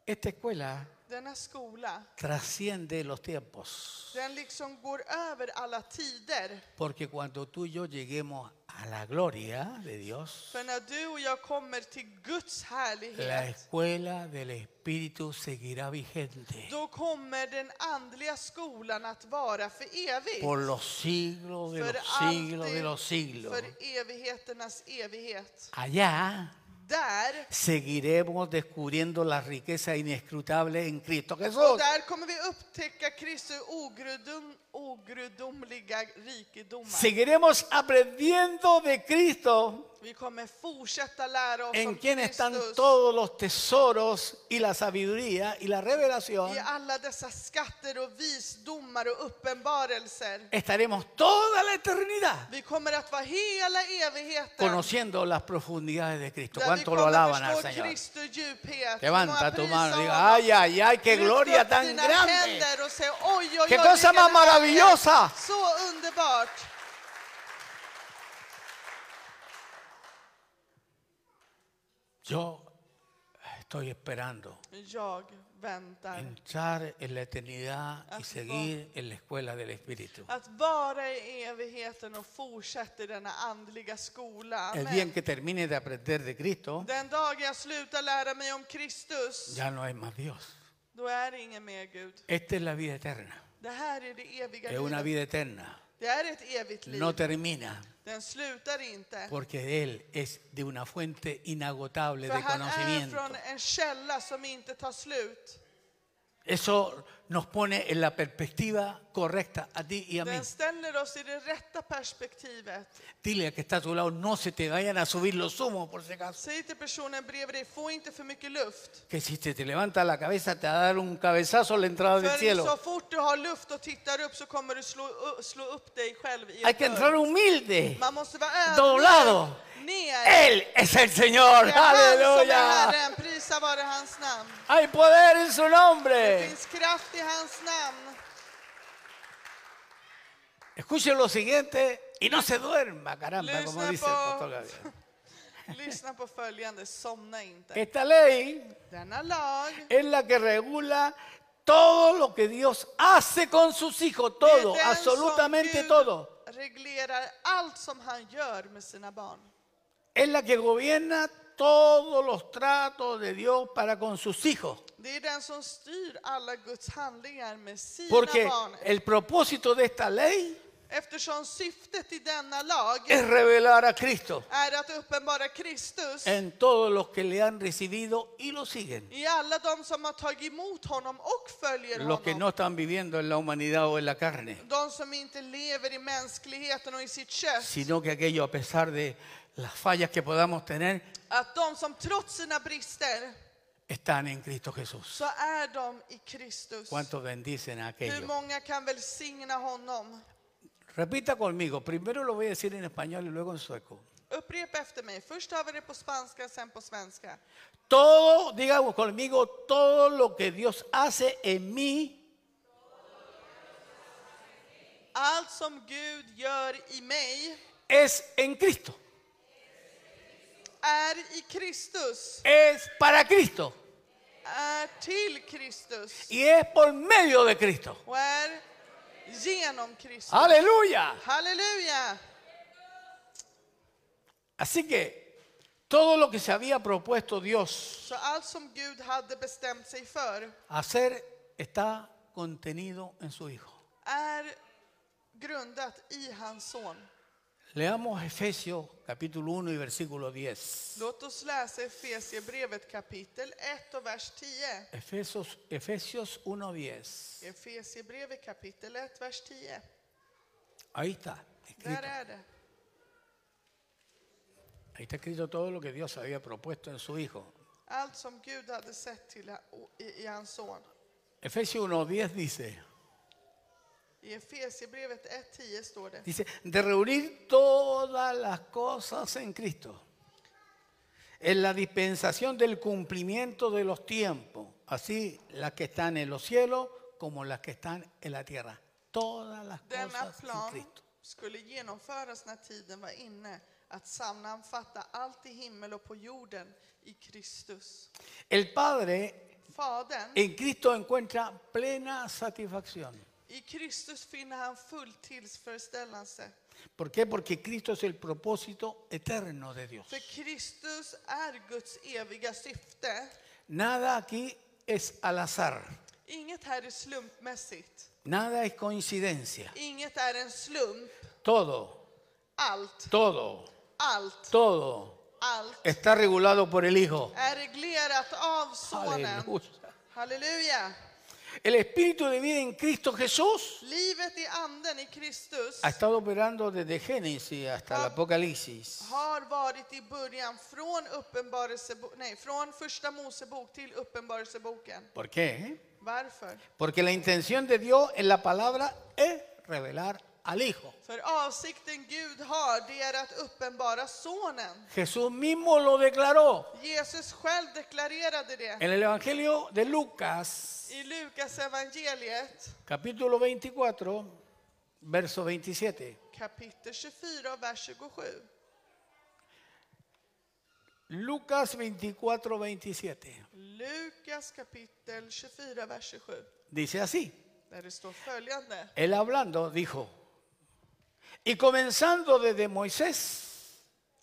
Esta escuela Denna skola, trasciende los tiempos. den liksom går över alla tider. Porque cuando tú y yo lleguemos a la gloria de Dios, För när du och jag kommer till Guds la härlighet, escuela del Espíritu seguirá vigente då kommer den andliga skolan att vara för evigt. por los siglos de För los siglos de alltid, los siglos. för evigheternas evighet. Allá Där, seguiremos descubriendo la riqueza inescrutable en Cristo Jesús. och där kommer vi upptäcka Kristi ogrudum, ogrudomliga rikedomar. Seguiremos aprendiendo de Cristo Vi kommer fortsätta lära oss en om quien están Kristus. todos los tesoros y la sabiduría y la revelación, I alla dessa skatter och visdomar och uppenbarelser. estaremos toda la eternidad Vi kommer att vara hela evigheten. conociendo las profundidades de Cristo. där vi ¿Cuánto lo kommer alaban al förstå Señor? Kristi djuphet. Hur många Levanta tu prisar mano y honom. diga, ay, ay, ay, qué Lyft gloria upp tan dina grande. händer och säg, oj, oj, oj, Qué cosa vilken más maravillosa. härlighet. Så underbart. Yo estoy esperando Jag väntar. entrar en la eternidad y Así seguir en la escuela del Espíritu. Att vara i evigheten och fortsätta i denna andliga skola. El Amen. día en que termine de aprender de Cristo, Den dagen jag slutar lära mig om Kristus, ya no hay más Dios. då är det ingen mer Gud. Esta es la vida eterna. Det här är det eviga Es una livet. vida eterna. Det är ett evigt liv. No termina. Den slutar inte. Porque Él es de una fuente inagotable För de han är conocimiento. från en källa som inte tar slut. Eso nos pone en la perspectiva correcta a ti y a mí. Den ställer oss i det rätta perspektivet. Dile al que está a tu lado, no se te vayan a subir los humos por si acaso. Säg till personen bredvid dig, få inte för mycket luft. Que si se te levanta la cabeza te va a dar un cabezazo a la entrada del För så cielo. fort du har luft och tittar upp så kommer du slå, u- slå upp dig själv i Hay ett que entrar hörn. humilde. Man måste vara ödmjuk. Doblado. Ner. Él es el Señor. Det är han som är Aleluya. Herren, prisa vare hans namn. Hay poder en su Det nombre. finns kraft i hans namn. Escuchen lo siguiente y no se duerma, caramba, como Lyssna dice el på- pastor Gabriel. Lyssna på följande, somna inte. Esta ley Denna lag es la que regula todo lo que Dios hace con sus hijos, Det är todo, den absolutamente som Gud todo. reglerar allt som han gör med sina barn. Es la que gobierna todos los tratos de Dios para con sus hijos. Det är den som styr alla Guds handlingar med sina Porque barn. el propósito de esta ley Eftersom syftet i denna lag es revelar a Cristo är att uppenbara Kristus en todos los que le han recibido y lo siguen. i alla de som har tagit emot honom och följer Los que honom. no están viviendo en la humanidad o en la carne, De som inte lever i mänskligheten och i sitt kött. sino que aquello, a pesar de las fallas que podamos tener, Att de som trots sina brister están en Cristo Jesús. så är de i Kristus. ¿Cuántos bendicen a Hur aquello? många kan välsigna honom? Repita conmigo. Primero lo voy a decir en español y luego en sueco. Upprepa efter mig. Först har vi det på spanska, sen på svenska. Todo, digamos conmigo, todo lo que Dios hace en mí Allt som Gud gör i mig es en Cristo. är i Kristus, Es para Cristo. är till Kristus Y es por medio de Cristo. och är genom Kristus. Aleluya. Halleluja! Así que todo lo que se había propuesto Dios Så allt som Gud hade bestämt sig för hacer está contenido en su Hijo. är grundat i hans son. Leamos Efesios capítulo 1 y versículo 10. Låt oss läsa Efesierbrevet kapitel 1 och vers 10. Efesios, Efesios 1.10. Efesierbrevet kapitel 1, vers 10. Ahí está. Där Escrito. är det. Ahí está escrito todo lo que Dios había propuesto en su Hijo. Allt som Gud hade sett till ha- o- i, i hans son. Efesios 1.10 dice, I Efesierbrevet 1.10 står det. dice, de reunir todas las cosas en Cristo, en la dispensación del cumplimiento de los tiempos, así las que están en los cielos como las que están en la tierra. Todas las Denna cosas en plan Cristo. skulle genomföras när tiden var inne. Att sammanfatta allt i himmel och på jorden i Kristus. El Padre Fadern, en Cristo encuentra plena satisfacción. i Kristus finner han full tillfredsställelse. ¿Por qué? Porque Cristo es el propósito eterno de Dios. För Kristus är Guds eviga syfte. Nada aquí es al azar, Inget här är slumpmässigt. nada es coincidencia. Inget är en slump. Todo, Allt, todo, allt, todo allt está regulado por el Hijo. är reglerat av Sonen. Aleluya. Halleluja! El espíritu de vida en Cristo Jesús Livet i anden i Kristus ha estado operando desde Génesis hasta el Apocalipsis. har varit i början från, uppenbarelsebo- nej, från första Mosebok till Uppenbarelseboken. ¿Por qué? eh? Varför? Porque la intención de Dios en la palabra es revelar al Hijo. För avsikten Gud har, det är att uppenbara Sonen. Jesús mismo lo declaró Jesus själv deklarerade det en el Evangelio de Lucas, i Lukas evangeliet capítulo 24, verso 27. kapitel 24 och vers 27. Lucas 24, 27. Lukas kapitel 24, vers 27. Dice así. Där det står följande. Él hablando dijo, y comenzando desde Moisés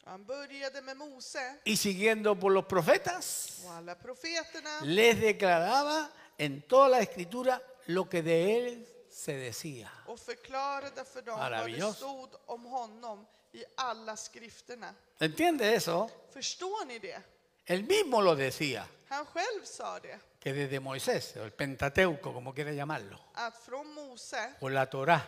Han började med Mose y siguiendo por los profetas, och alla profeterna les declaraba en toda la escritura lo que de él se decía. och förklarade för dem vad det Maravilloso. stod om honom i alla skrifterna. ¿Entiende eso? Förstår ni det? Él mismo lo decía, Han själv sa det, que desde Moisés, o el Pentateuco, como quiera llamarlo, att från Mose, o la Torá,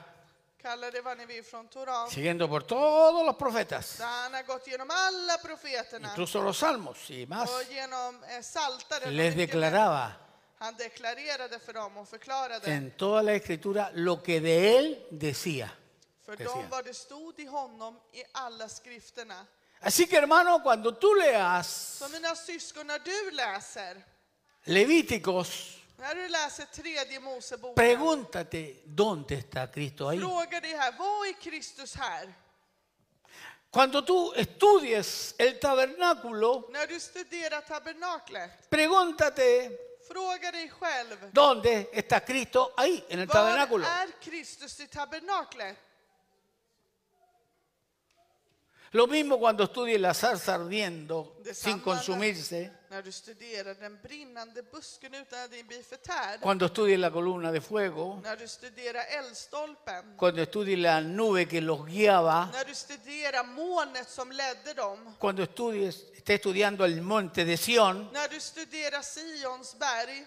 kalla det vad ni vill från Toran, siguiendo por todos los profetas, där han har gått genom alla profeterna incluso los salmos y más, och genom eh, Psaltaren och les mycket mer. declaraba Han deklarerade för dem och förklarade en toda la escritura lo que de él decía. för que dem decía. vad det stod i honom i alla skrifterna. Así que hermano, cuando tú leas Så mina syskon, när du läser, Levíticos, när du läser tredje Moseboken, pregúntate dónde está Cristo ahí. fråga dig här, vad är Kristus här? Cuando tú estudies el tabernáculo, När du studerar tabernaklet, pregúntate fråga dig själv, dónde está Cristo ahí, en el var tabernáculo. är Kristus i tabernaklet? Lo mismo cuando estudies la zarza ardiendo De sin San consumirse, När du studerar den brinnande busken utan att den blir förtärd, cuando estudies la columna de fuego, när du studerar eldstolpen, cuando estudies la nube que los guiaba, när du studerar molnet som ledde dem, cuando estudies, estés estudiando el monte de Sión, när du studerar Sions berg,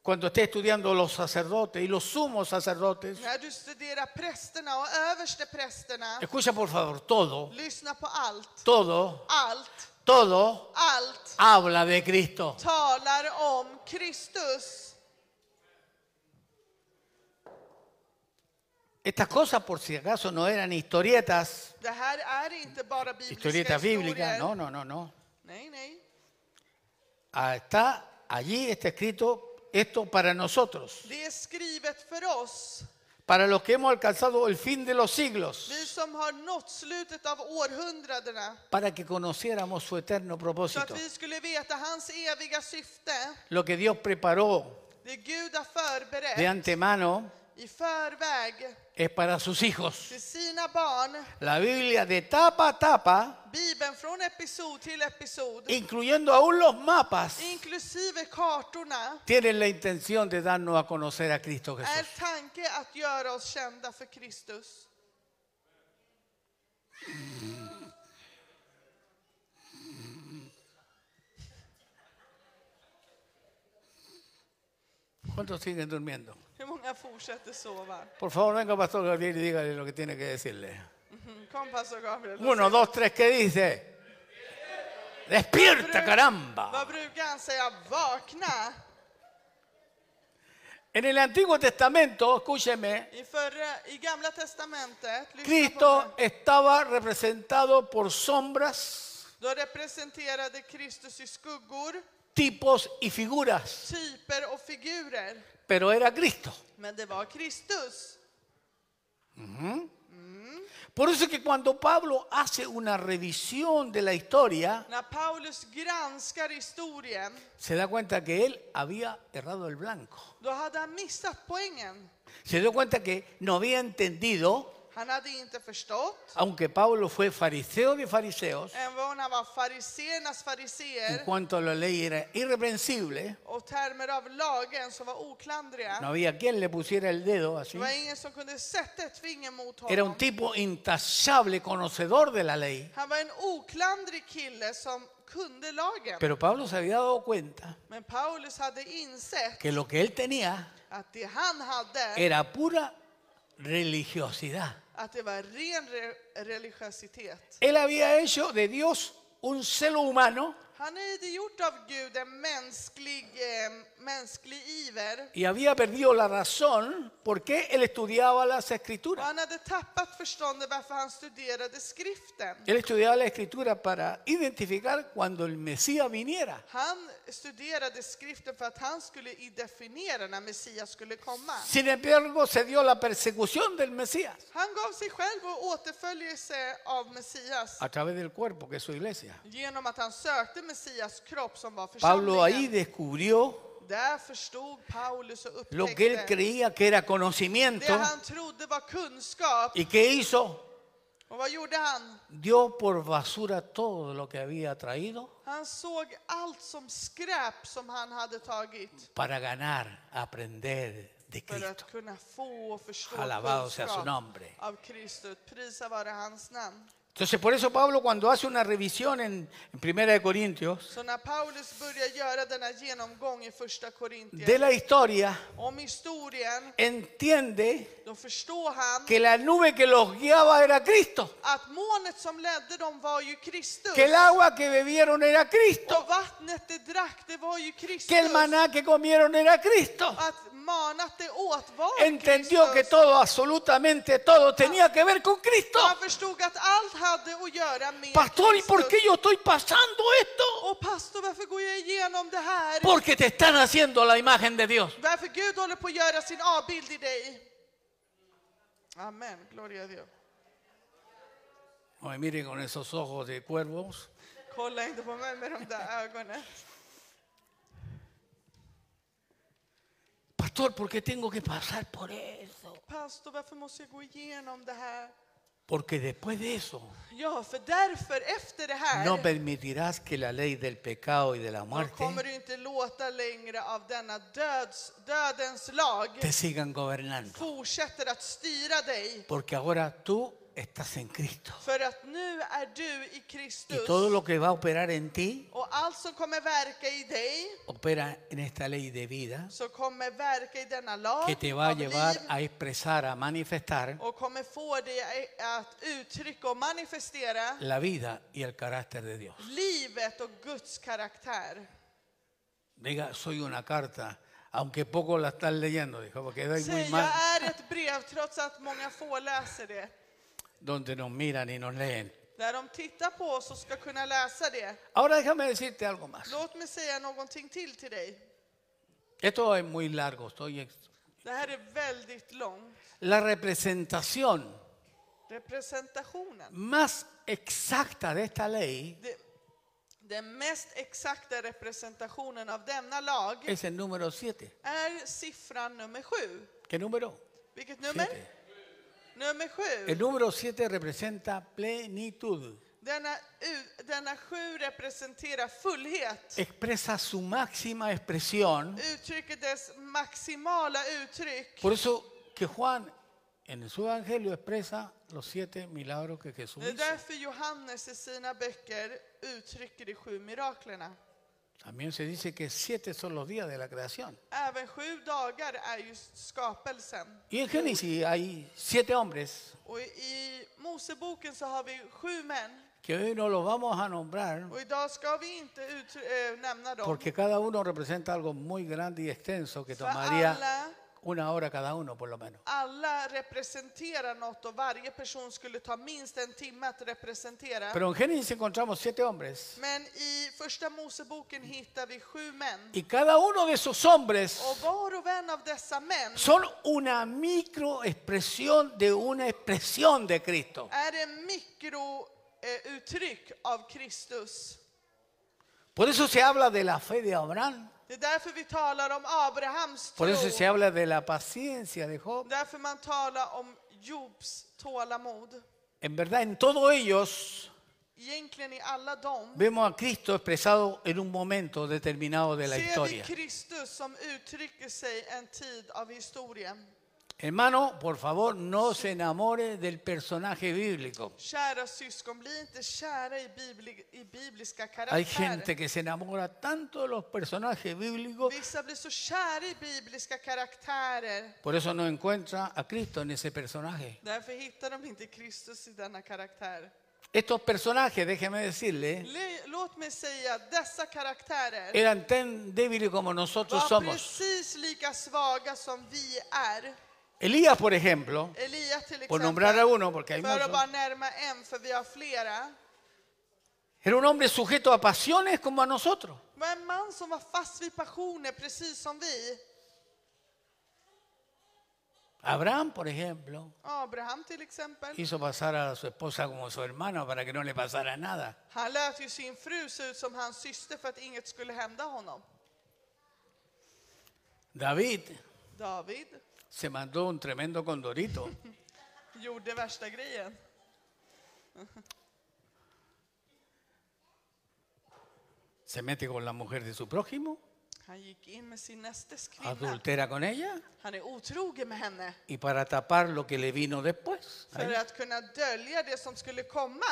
cuando estés estudiando los sacerdotes y los sumos sacerdotes. när du studerar prästerna och översteprästerna, Escucha por favor, todo, lyssna på allt, todo, allt, todo allt habla de Cristo. talar om Kristus. Estas cosas por si acaso no eran historietas, Det här är inte bara bibliska historietas bíblicas, historier. no, no, no, no. Nej, nej. Ah, Está allí, está escrito esto para nosotros. Det är skrivet för oss, para los que hemos alcanzado el fin de los siglos, vi som har nått slutet av århundradena, para que conociéramos su eterno så att propósito, vi skulle veta hans eviga syfte, lo que Dios preparó det Gud har de förberett antemano i förväg es para sus hijos. till sina barn. La Biblia de tapa a tapa, Bibeln från episod till episod, incluyendo aún los mapas, inklusive kartorna, tienen la intención de darnos a conocer a Cristo är Jesús. tanke att göra oss kända för Kristus. ¿Cuántos siguen durmiendo? Hur många fortsätter sova? Por favor, venga Pastor Gabriel y dígale lo que tiene que decirle. Mhm, Kom pastor Gabriel. Uno, dos, tres, ¿qué dice? Despierta, Vad caramba. brukar han säga? Vakna! En el Antiguo Testamento, escúcheme, I, förra, i gamla testamentet, lyssna på Cristo mig, estaba representado por sombras, då representerade Kristus i skuggor, tipos y figuras, typer och figurer. pero era Cristo. Men det var Kristus. Por eso es que cuando Pablo hace una revisión de la historia, När Paulus granskar historien, se da cuenta que él había errado el blanco. då hade han missat poängen. Se dio cuenta que no había entendido Han hade inte förstått, aunque Pablo fue fariseo de fariseos, även om han var fariséernas en fariséer cuanto a la ley era irreprensible, och termer av lagen som var no oklandriga. había quien le pusiera el dedo así. Det var ingen som kunde sätta ett finger mot Era un honom. tipo intachable, conocedor de la ley. Han var en oklandrig kille som kunde lagen. Pero Pablo se había dado cuenta Men Paulus hade insett que lo que él tenía att det han hade, era pura religiosidad. att det var ren re- religiositet. Él había hecho de Dios un celo humano Han hade gjort av Gud en mänsklig, eh, mänsklig iver y había perdido la razón por qué él estudiaba las och escrituras. han hade tappat förståndet varför han studerade skriften. Él estudiaba la escritura para identificar cuando el Mesías viniera. Han studerade skriften för att han skulle definiera när Messias skulle komma. Sin embargo, se dio la persecución del Mesías Han gav sig själv och återföljelse av Messias a través del cuerpo, que es su iglesia. genom att han sökte Messias kropp som var Pablo ahí församlingen. descubrió Där förstod Paulus och lo que él upptäckte creía que era det conocimiento han trodde var kunskap. y que hizo, Och vad gjorde han? dio por basura todo lo que había traído Han såg allt som skräp som han hade tagit para ganar, aprender de för Cristo. att kunna få och förstå Alabado sea su kunskap nombre. av Kristus. Prisa vare hans namn. Entonces, por eso Pablo cuando hace una revisión en, en Primera de Corintios Så när Paulus börjar göra denna genomgång i första de Korintien la historia, om historien, entiende då förstår han que la nube que los guiaba era Cristo, att molnet som ledde dem var ju Kristus. que el agua que bebieron era Cristo, Och vattnet de drack, det var ju Kristus. que el maná que comieron era Cristo. Att manat det åt var Entendió que Kristus. todo, absolutamente todo, tenía que ver con Cristo. Han förstod att allt hade att göra med Pastor, ¿y Kristus. por qué yo estoy pasando esto? Och pastor, varför går jag igenom det här? Porque te están haciendo la imagen de Dios. Varför Gud håller på att göra sin avbild i dig? Amen, gloria a Dios. No me miren con esos ojos de cuervos. Kolla inte på mig med de där ögonen. Pastor, ¿por qué tengo que pasar por eso? Pastor, varför måste jag gå igenom det här? Porque después de eso Ja, för därför, efter det här, no permitirás que la ley del pecado y de la då kommer muerte du inte låta längre av denna döds, dödens lag te sigan gobernando. fortsätter att styra dig. Porque ahora tú estás en Cristo. För att nu är du i Y Kristus. todo lo que va a operar en ti Och allt som kommer verka i dig, opera en esta ley de vida som kommer verka i denna lag que te va a av llevar liv a expresar, a manifestar och kommer få dig att uttrycka och manifestera la vida y el carácter de Dios. livet och Guds karaktär. Diga, soy una carta, aunque poco la están leyendo, dijo, porque doy muy Säg, jag mal är ett brev trots att många få läser det. donde nos miran y nos leen. När de tittar på oss och ska kunna läsa det. Ahora déjame decirte algo más. Låt mig säga någonting till till dig. Esto es muy largo, estoy ex- Det här är väldigt långt. La representación Representationen. más exacta de esta ley Det, den mest exakta representationen av denna lag es el número 7. är siffran nummer sju. ¿Qué número? Vilket nummer? Siete. Nummer sju. El número 7 representa plenitud, Denna, u- denna sju representerar fullhet. expresa su máxima expresión. Uttrycker dess maximala uttryck. Por eso que Juan en su evangelio expresa los siete milagros que Jesús Det är hizo. därför Johannes i sina böcker uttrycker de sju miraklerna. También se dice que siete son los días de la creación. Även sju dagar är just skapelsen. Y en Génesis hay siete hombres Och i Moseboken så har vi sju män. que hoy no los vamos a nombrar Och idag ska vi inte uttry- eh, nämna dem. porque cada uno representa algo muy grande y extenso que För tomaría alla, una hora cada uno por lo menos. alla representerar något och varje person skulle ta minst en timme att representera. Pero en Génesis encontramos siete hombres Men i första Moseboken hittar vi sju män. y cada uno de esos hombres Och var och en av dessa män son una microexpresión de una expresión de Cristo. är en mikrouttryck av Kristus. Por eso se habla de la fe de Abraham, Det är därför vi talar om Abrahams tro. por eso se habla de la paciencia de Job, Därför man talar om Jobs tålamod. En verdad, en todos ellos Egentligen i alla dem vemos a Cristo expresado en un momento determinado de la ser vi historia. Kristus som uttrycker sig en tid av historien. Hermano, por favor, no se enamore del personaje bíblico. Kära syskon, bli inte kära i, bibli, i bibliska Hay karaktärer. gente que se enamora tanto de los personajes bíblicos, Vissa blir så kära i bibliska karaktärer por eso no encuentra a Cristo en ese personaje. Därför hittar de inte Kristus i denna karaktär. Estos personajes, déjeme decirle, Le- Låt mig säga att dessa karaktärer eran tan débiles como nosotros var somos. precis lika svaga som vi är. Elías, por ejemplo, Elia till Por nombrar a exempel, uno, porque hay för att muchos, bara närma en, för vi har flera, era un hombre sujeto a pasiones como a nosotros. var en man som var fast vid passioner, precis som vi. Abraham, por ejemplo, Abraham till exempel. hizo pasar a su esposa como su hermana para que no le pasara nada. Han lät ju sin fru se ut som hans syster för att inget skulle hända honom. David David se mandó un tremendo condorito. gjorde värsta grejen. Se mete con la mujer de su prójimo, Han gick in med sin nästes kvinna. adultera con ella Han är otrogen med henne. y para tapar lo que le vino después, För ahí, att kunna dölja det som skulle komma,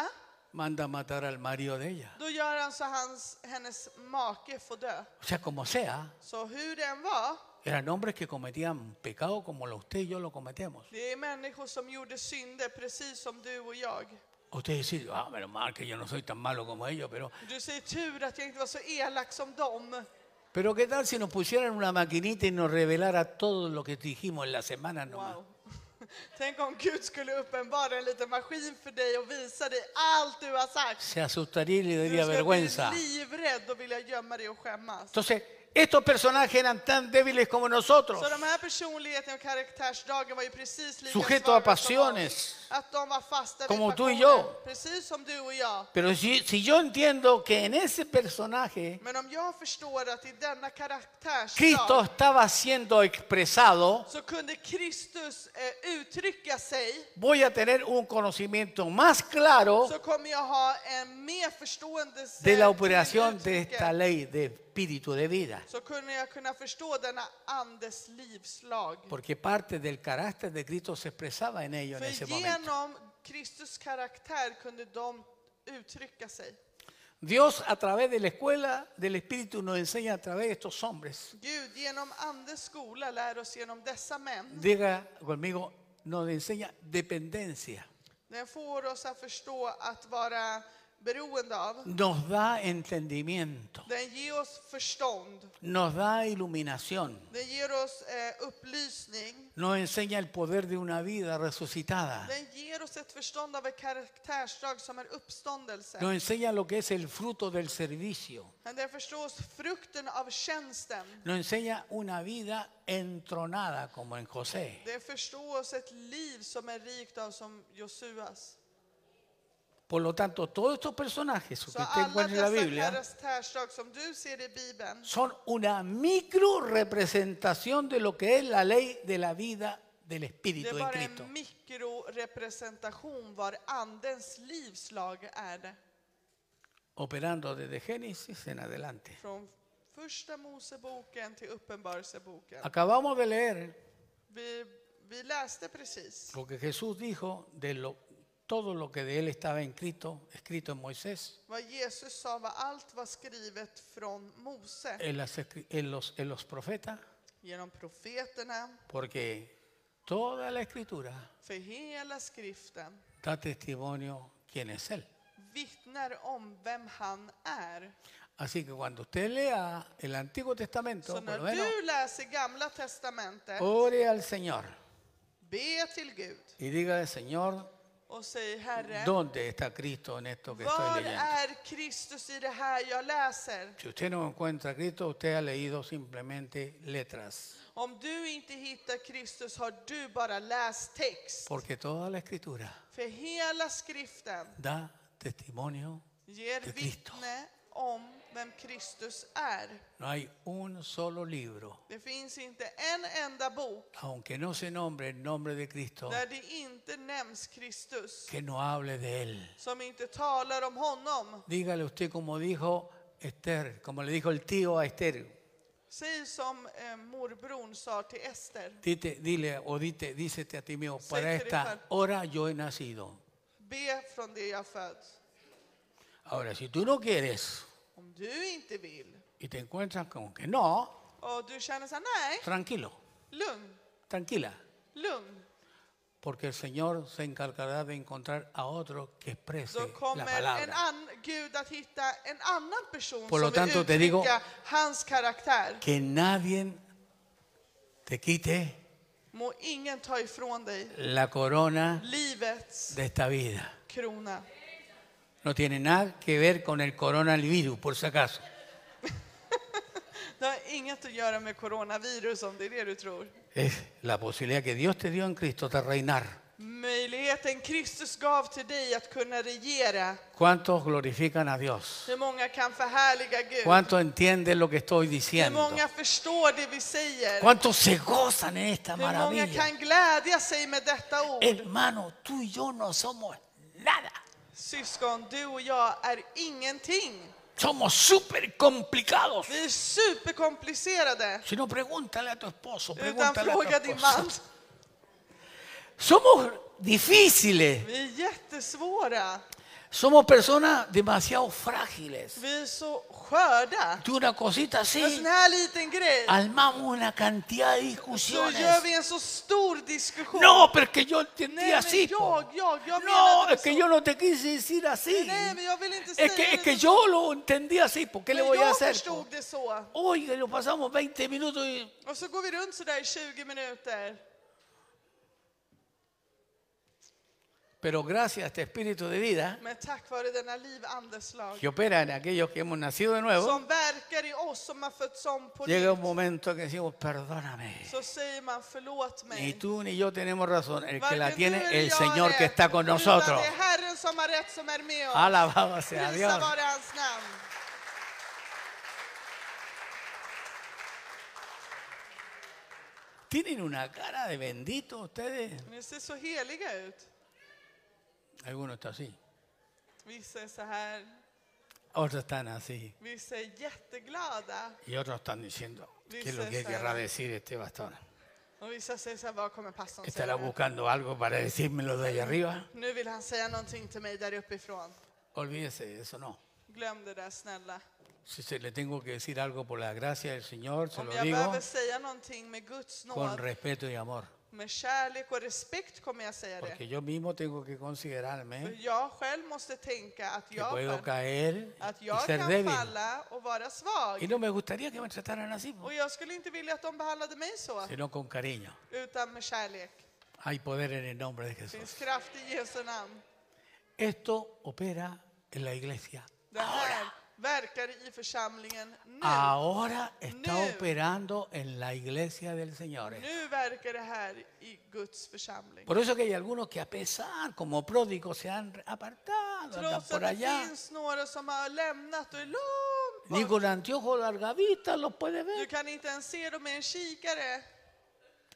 manda a matar al marido de ella. då gör han så hans, hennes make får dö. O sea, como sea, Så hur det än var, eran hombres que cometían pecado como lo usted y yo lo cometemos. det är människor som gjorde synder precis som du och jag. Usted dice, ah, menos mal que yo no soy tan malo como ellos, pero Du säger tur att jag inte var så elak som dem. Pero qué tal si nos pusieran una maquinita y nos revelara todo lo que dijimos en la semana nomás. Wow. Tänk om Gud skulle uppenbara en liten maskin för dig och visa dig allt du har sagt. Se asustaría y le Du daría skulle bli vergüenza. livrädd och vilja gömma dig och skämmas. Entonces, estos personajes eran tan débiles como nosotros. Så de här personligheterna och karaktärsdragen var ju precis lika Sujeto svaga a pasiones. som oss. Att de var fasta Como vid tú y passioner, yo. Precis som du och jag. Pero si, si yo entiendo que en ese personaje Men om jag förstår att i denna Cristo karaktärsdrag estaba siendo expresado, så kunde Kristus eh, uttrycka sig voy a tener un conocimiento más claro så kommer jag ha en mer förstående Oh. sätt de till la operación de uttrycket. esta ley de espíritu de vida. Så kunde jag kunna förstå denna andes livslag. Porque parte del carácter de Cristo se expresaba en ello en ese För momento. genom Kristus karaktär kunde de uttrycka sig. Dios a través de la escuela del Espíritu nos enseña a través de estos hombres. Gud genom Andes skola lär oss genom dessa män. Diga conmigo, nos enseña dependencia. Den får oss att förstå att vara beroende av. Nos da entendimiento, Den ger oss förstånd. nos da iluminación, Den ger oss eh, upplysning. nos enseña el poder de una vida resucitada, Den ger oss ett förstånd av ett karaktärsdrag som är nos uppståndelse. enseña lo que es el fruto del servicio, Men den förstår oss frukten av tjänsten. nos enseña una vida entronada como en José. Den förstår oss ett liv som är rikt av som Josuas. Por lo tanto, todos estos personajes que Så usted alla encuentra en la dessa Biblia karaktärsdrag som du ser i Bibeln son una micro representación de lo que es la ley de la vida del Det är Espíritu en bara Cristo. en mikrorepresentation var andens livslag är det. Operando desde Génesis en adelante. Från första Moseboken till Uppenbarelseboken. Acabamos de leer Vi, vi läste precis lo que Jesús dijo de lo- todo lo que de él estaba en Cristo, escrito en Moisés, vad Jesus sa, vad allt var skrivet från Mose en, las escri- en los, en los profetas, genom profeterna, porque toda la escritura för hela skriften da testimonio quién es él. vittnar om vem han är. Así que cuando usted lea el Antiguo Testamento, Så por när lo menos, du läser Gamla Testamentet, ore al Señor be till Gud y diga, Señor, och säg Herre, ¿Dónde está Cristo en esto que Var estoy leyendo? är Kristus i det här jag läser? Si usted no encuentra a Cristo, usted ha leído simplemente letras, Om du inte hittar Kristus har du bara läst text. porque toda la escritura För hela skriften da testimonio ger Till Kristo. vittne om vem Kristus är. No hay un solo libro, Det finns inte en enda bok aunque no se nombre el nombre de Cristo, där det inte nämns Kristus, que no hable de Él. som inte talar om honom. Dígale usted como dijo Esther, como le dijo el tío a Esther. Säg som eh, morbrorn sa till Ester. Dite- dile o dite, dícete a ti mismo, Sí, para querido esta Juan. hora yo he nacido. Be från det jag föds. Ahora, si tú no quieres Om du inte vill y te encuentras con que no, och du känner så här, nej, tranquilo, lugn, tranquila, lugn. porque el Señor se encargará de encontrar a otro que exprese Då la kommer en palabra. an, Gud att hitta en annan person Por lo som tanto, vill te digo- uttrycka hans karaktär. Que nadie te quite Må ingen ta ifrån dig la corona livets de esta vida. krona. No tiene nada que ver con el coronavirus, por si acaso. Det har inget att göra med coronavirus om det är det du tror. Es la posibilidad que Dios te dio en Cristo de reinar. Möjligheten Kristus gav till dig att kunna regera. ¿Cuántos glorifican a Dios? Hur många kan förhärliga Gud? ¿Cuántos entienden lo que estoy Hur diciendo? många förstår det vi säger? ¿Cuántos se gozan en esta Hur många maravilla? kan glädja sig med detta ord? Hermano, tú y yo no somos nada. Syskon, du och jag är ingenting. Somos súper complicados. Vi är superkomplicerade. Si no, pregúntale a tu esposo. Utan Pregúntale fråga a tu din man. esposo. Somos difíciles. Vi är jättesvåra. Somos personas demasiado frágiles. Vi är så skörda. De una cosita En sån así, här liten grej. Alltså, armamos una cantidad de Så gör discusiones. vi en så stor diskussion. No, pero es que yo entendí Nej, men así. po. jag, jag, jag No, menade es que så. yo no te quise decir así. Nej, men jag vill inte säga Es que, es det que så. yo lo entendí así. ¿Por qué le Men voy a jag hacer? po? förstod det så. Oye, lo pasamos 20 minutos y Och så går vi runt sådär i 20 minuter. Pero gracias a este espíritu de vida Men tack vare denna livandes lag que opera en aquellos que hemos nacido de nuevo, som verkar i oss som har fötts om på llega nytt un momento que decimos, perdóname. så säger man förlåt Ni mig. tú ni yo tenemos razón. El que Varken la du tiene eller el jag Señor rätt, que está con utan nosotros. Det är Herren som har rätt som är med oss. Alabado sea Prisa Dios. vare hans namn. Tienen una cara de bendito ustedes. Ni ser så heliga ut. Algunos están así, Vissa är så här, otros están así. vissa är jätteglada. Y otros están diciendo, ¿qué es lo que Dice, querrá "Sara". decir este bastón? Och vissa säger så här, vad kommer pastorn ¿Estará säga? nu?" buscando algo para decírmelo de allá arriba? Nu vill han säga någonting till mig där uppifrån. Olvídese, de eso no. Glöm det där snälla. Si se le tengo que decir algo por la gracia del Señor, se Om lo jag digo behöver säga någonting med Guds con nåd, respeto y amor. med kärlek och respekt kommer jag säga det. Porque yo mismo tengo que För considerarme jag själv måste tänka att que jag, puedo kan- caer att y jag ser kan débil. falla och vara svag. Y no me gustaría que me trataran así, po, Och jag skulle inte vilja att de behandlade mig så, sino con cariño. utan med kärlek. Hay poder en el nombre de Det Jesús. finns kraft i Jesu namn. Esto opera en la iglesia. Det här verkar i församlingen nu. Ahora está No. operando en la iglesia del Señor. eh. Nu verkar det här i Guds församling. Por eso que hay algunos que a pesar, como pródigos, se han apartado, andan Trots att por det allá. finns några som har lämnat och är långt Ni bort. con anteojos larga vista los puede Du ver. kan inte ens se dem med en kikare.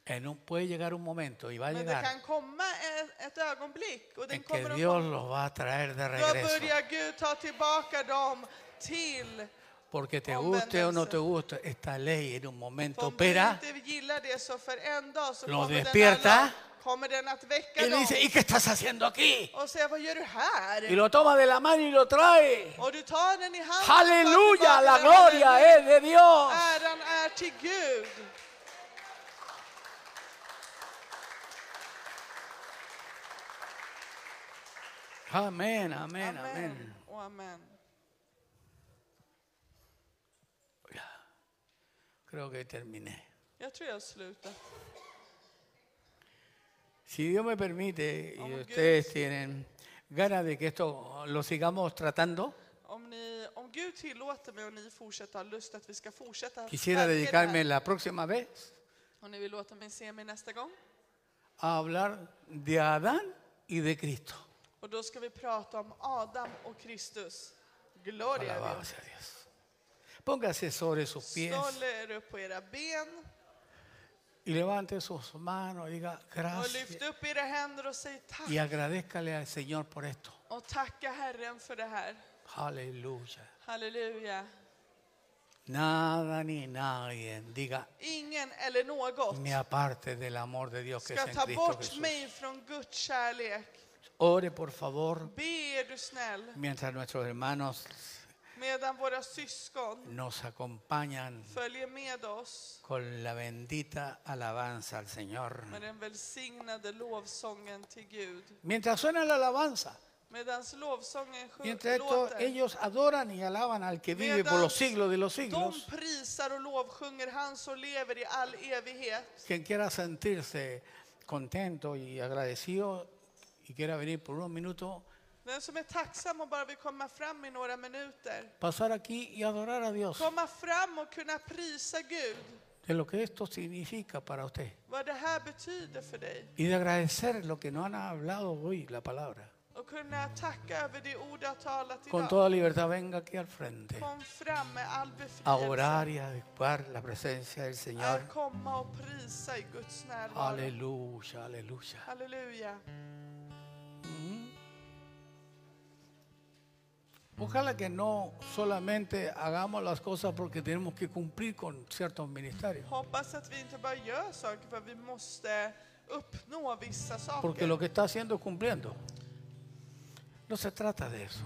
En un- puede llegar un momento y va a Men det llegar kan komma ett, ett ögonblick och den en que kommer att Dios komma. los va a traer de Då regreso. börjar Gud ta tillbaka dem till Porque te guste Convencerse. o no te guste, esta ley en un momento Om du opera inte gillar det så för en dag så Lo kommer den, despierta. här, lag- kommer den att y väcka le dem dice, ¿y qué estás haciendo aquí? och säga vad gör du Y här? lo toma de la mano y lo trae. Och du tar den i handen. och tar Aleluya, tillbaka la den och den- gloria es de Dios. Äran är till Gud. Amén, amén, Amen amén. och amen. Creo que terminé. Jag tror jag har slutat. Si Dios me permite y Vamos, ustedes tienen ganas de que esto lo sigamos tratando, Om, ni, om Gud tillåter mig och ni fortsätter ha lust att vi ska fortsätta quisiera verka i det här, dedicarme la próxima vez och ni vill låta mig se mig nästa gång a hablar de Adán y de Cristo. och då ska vi prata om Adam och Kristus. Gloria a Alabado Dios. sea Dios. Póngase sobre sus pies Ståll er upp på era ben y levante sus manos y diga och lyft gracias upp era händer och säg y tack. agradézcale al Señor por esto. Och tacka Herren för det här. Aleluya. Halleluja. Nada ni nadie diga Ingen eller något me aparte del amor de Dios que es ska en ta Cristo bort Jesús. mig från Guds kärlek. Ore por favor Be er du snäll, mientras nuestros hermanos medan våra syskon nos acompañan följer med oss con la bendita alabanza al Señor. med den välsignade lovsången till Gud. Mientras suena la alabanza, Medan lovsången mientras sjunger, esto, låter, ellos adoran y alaban al que vive por los siglos de los de siglos, prisar och lovsjunger han som lever i all evighet. quien quiera sentirse contento y agradecido y quiera venir por un minuto, Den som är tacksam och bara vill komma fram i några minuter. pasar aquí y adorar a Dios Komma fram och kunna prisa Gud. de lo que esto significa para usted Vad det här betyder för dig. y de agradecer lo que no han hablado hoy, la palabra. Och kunna tacka över det ord du har talat Con idag. toda libertad venga aquí al frente Kom fram med all a befrielse. orar y a buscar la presencia del Señor. Att komma och prisa i Guds närvaro. Aleluya, aleluya. Halleluja. Ojalá que no solamente hagamos las cosas porque tenemos que cumplir con ciertos ministerios. Hoppas att vi inte bara gör saker för att vi måste uppnå vissa Porque lo saker. que está haciendo es cumpliendo. No se trata de eso.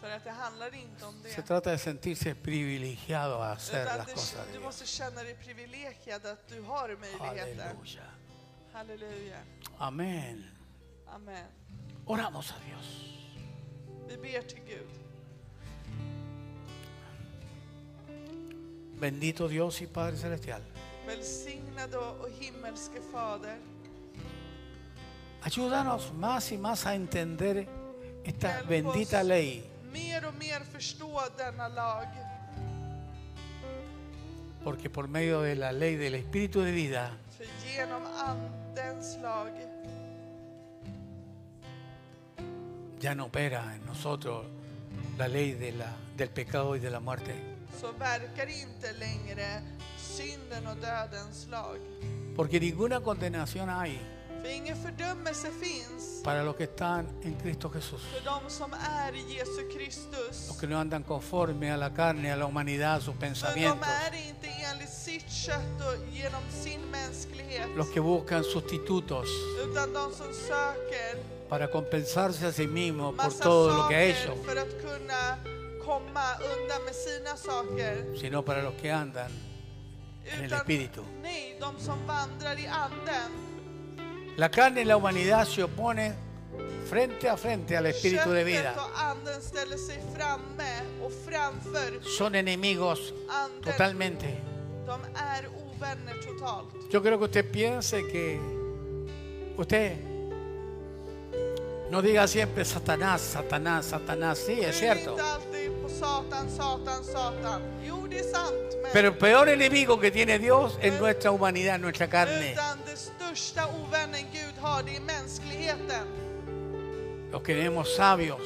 För att det handlar inte om Se det. trata de sentirse privilegiado a hacer Utan las det, cosas de du Dios. måste känna dig privilegierad att du har möjligheten. Aleluya. Halleluja. Amén. Amen. Oramos a Dios. Vi ber till Gud. Bendito Dios y Padre Celestial. Välsignade och himmelske Fader, Ayúdanos más y más a entender esta Help bendita us. ley. mer och mer förstå denna lag. Porque por medio de la ley del Espíritu de vida För genom Andens lag ya no opera en nosotros la ley de la- del pecado y de la muerte, så verkar inte längre synden och dödens lag. porque ninguna condenación hay För ingen fördömelse finns para los que están en Cristo Jesús, för de som är i Jesu Kristus. los que no andan conforme a la carne, a la humanidad, a sus För de pensamientos, är inte enligt sitt kött och genom sin mänsklighet, los que buscan sustitutos utan de som söker para compensarse a sí mismos por massa todo lo que ha hecho, saker för att kunna komma undan med sina saker. sino para los que andan En el espíritu. nej, de som vandrar i anden. La carne y la humanidad se oponen frente a frente al Espíritu de Köttet vida. och anden ställer sig framme och framför Son enemigos anden. totalmente. De är ovänner totalt. Yo creo que usted piense que usted no diga siempre Satanás, Satanás, Satanás. Sí, es Skyll cierto. inte alltid på Satan, Satan, Satan. Jo, det är sant, men Pero el peor enemigo que tiene Dios es nuestra humanidad, nuestra carne. utan det största ovännen Gud har, det är mänskligheten. Los que tenemos sabios.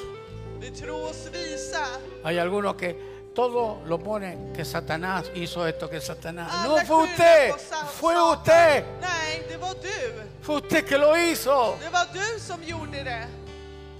Vi tror oss visa. Hay algunos que todo lo ponen que Satanás hizo esto, que Satanás. No Alla fue skyller usted, på Sa- fue Satan. usted, Nej, det var du. fue usted que lo hizo. Det var du som gjorde det.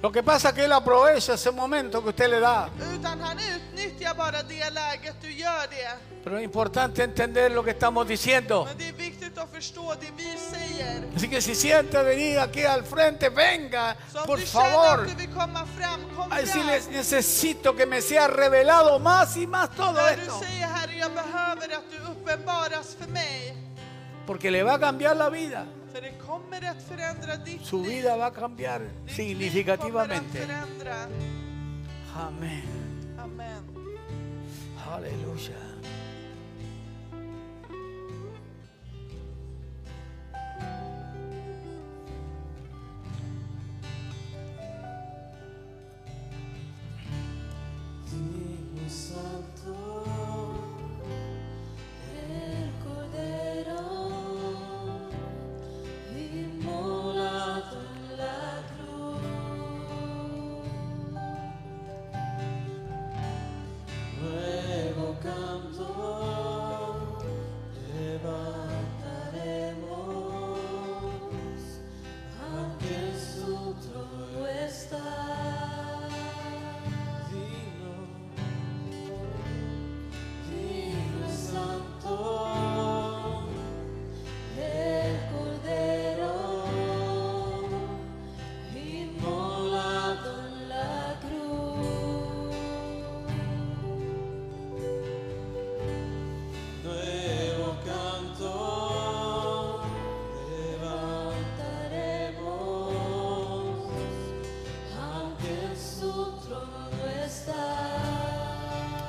Lo que pasa es que él aprovecha ese momento que usted le da. Utan han utnyttjar bara det läget du gör det. Pero es importante entender lo que estamos diciendo. Men det är viktigt att förstå det vi säger. Así que si siente venir aquí al frente, venga, Så om por du känner favor. att du vill komma fram, kom A fram. decirles, necesito que me sea revelado más y más todo När du esto. säger Herre, jag behöver att du uppenbaras för mig. Porque le va a cambiar la vida. För det kommer att förändra ditt Su liv. vida va a cambiar Ditt liv kommer att significativamente. förändra. Amén. Amen. Aleluya. Espíritu Santo, el Cordero inmolado en la cruz, nuevo camino.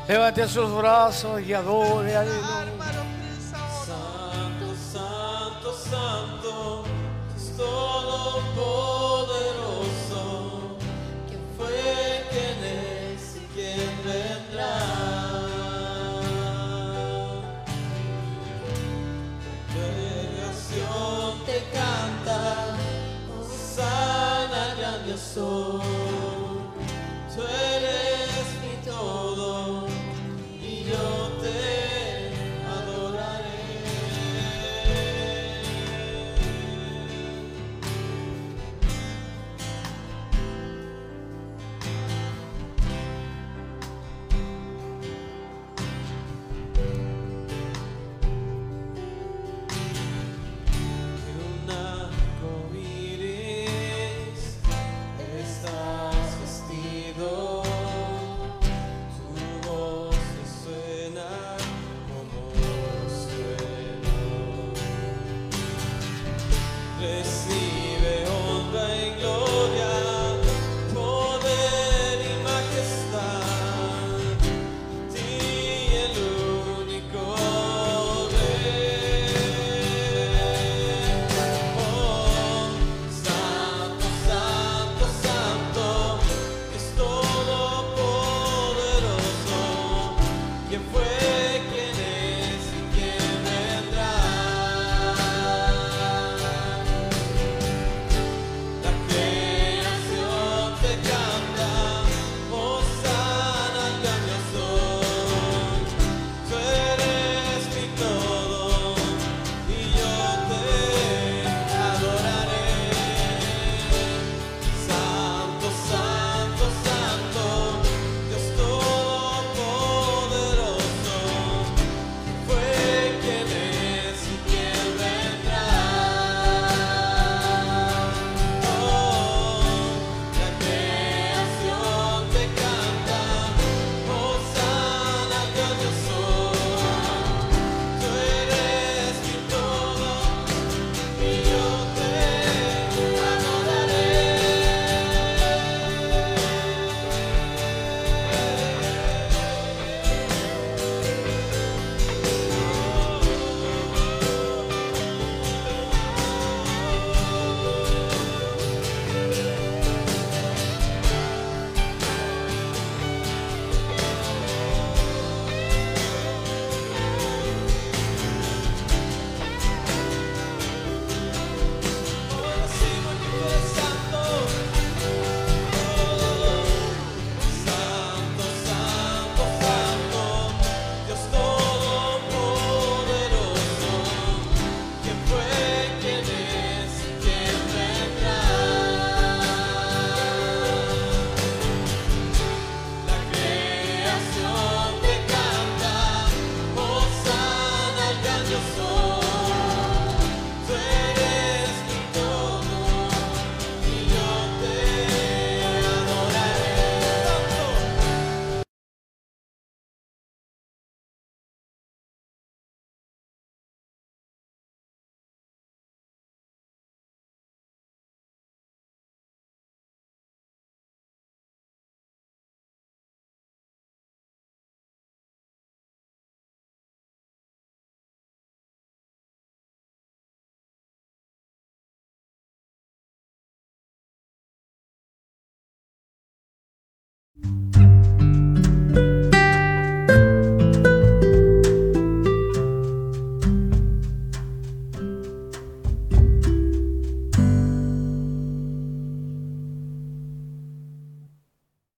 Levante sus brazos y adore. Aleluya. armar och prisa honom. Santo, santo, santo, es todopoderoso. ¿Quién fue, quién es y quién vendrá? La creación te canta, sana grande soy. Oh,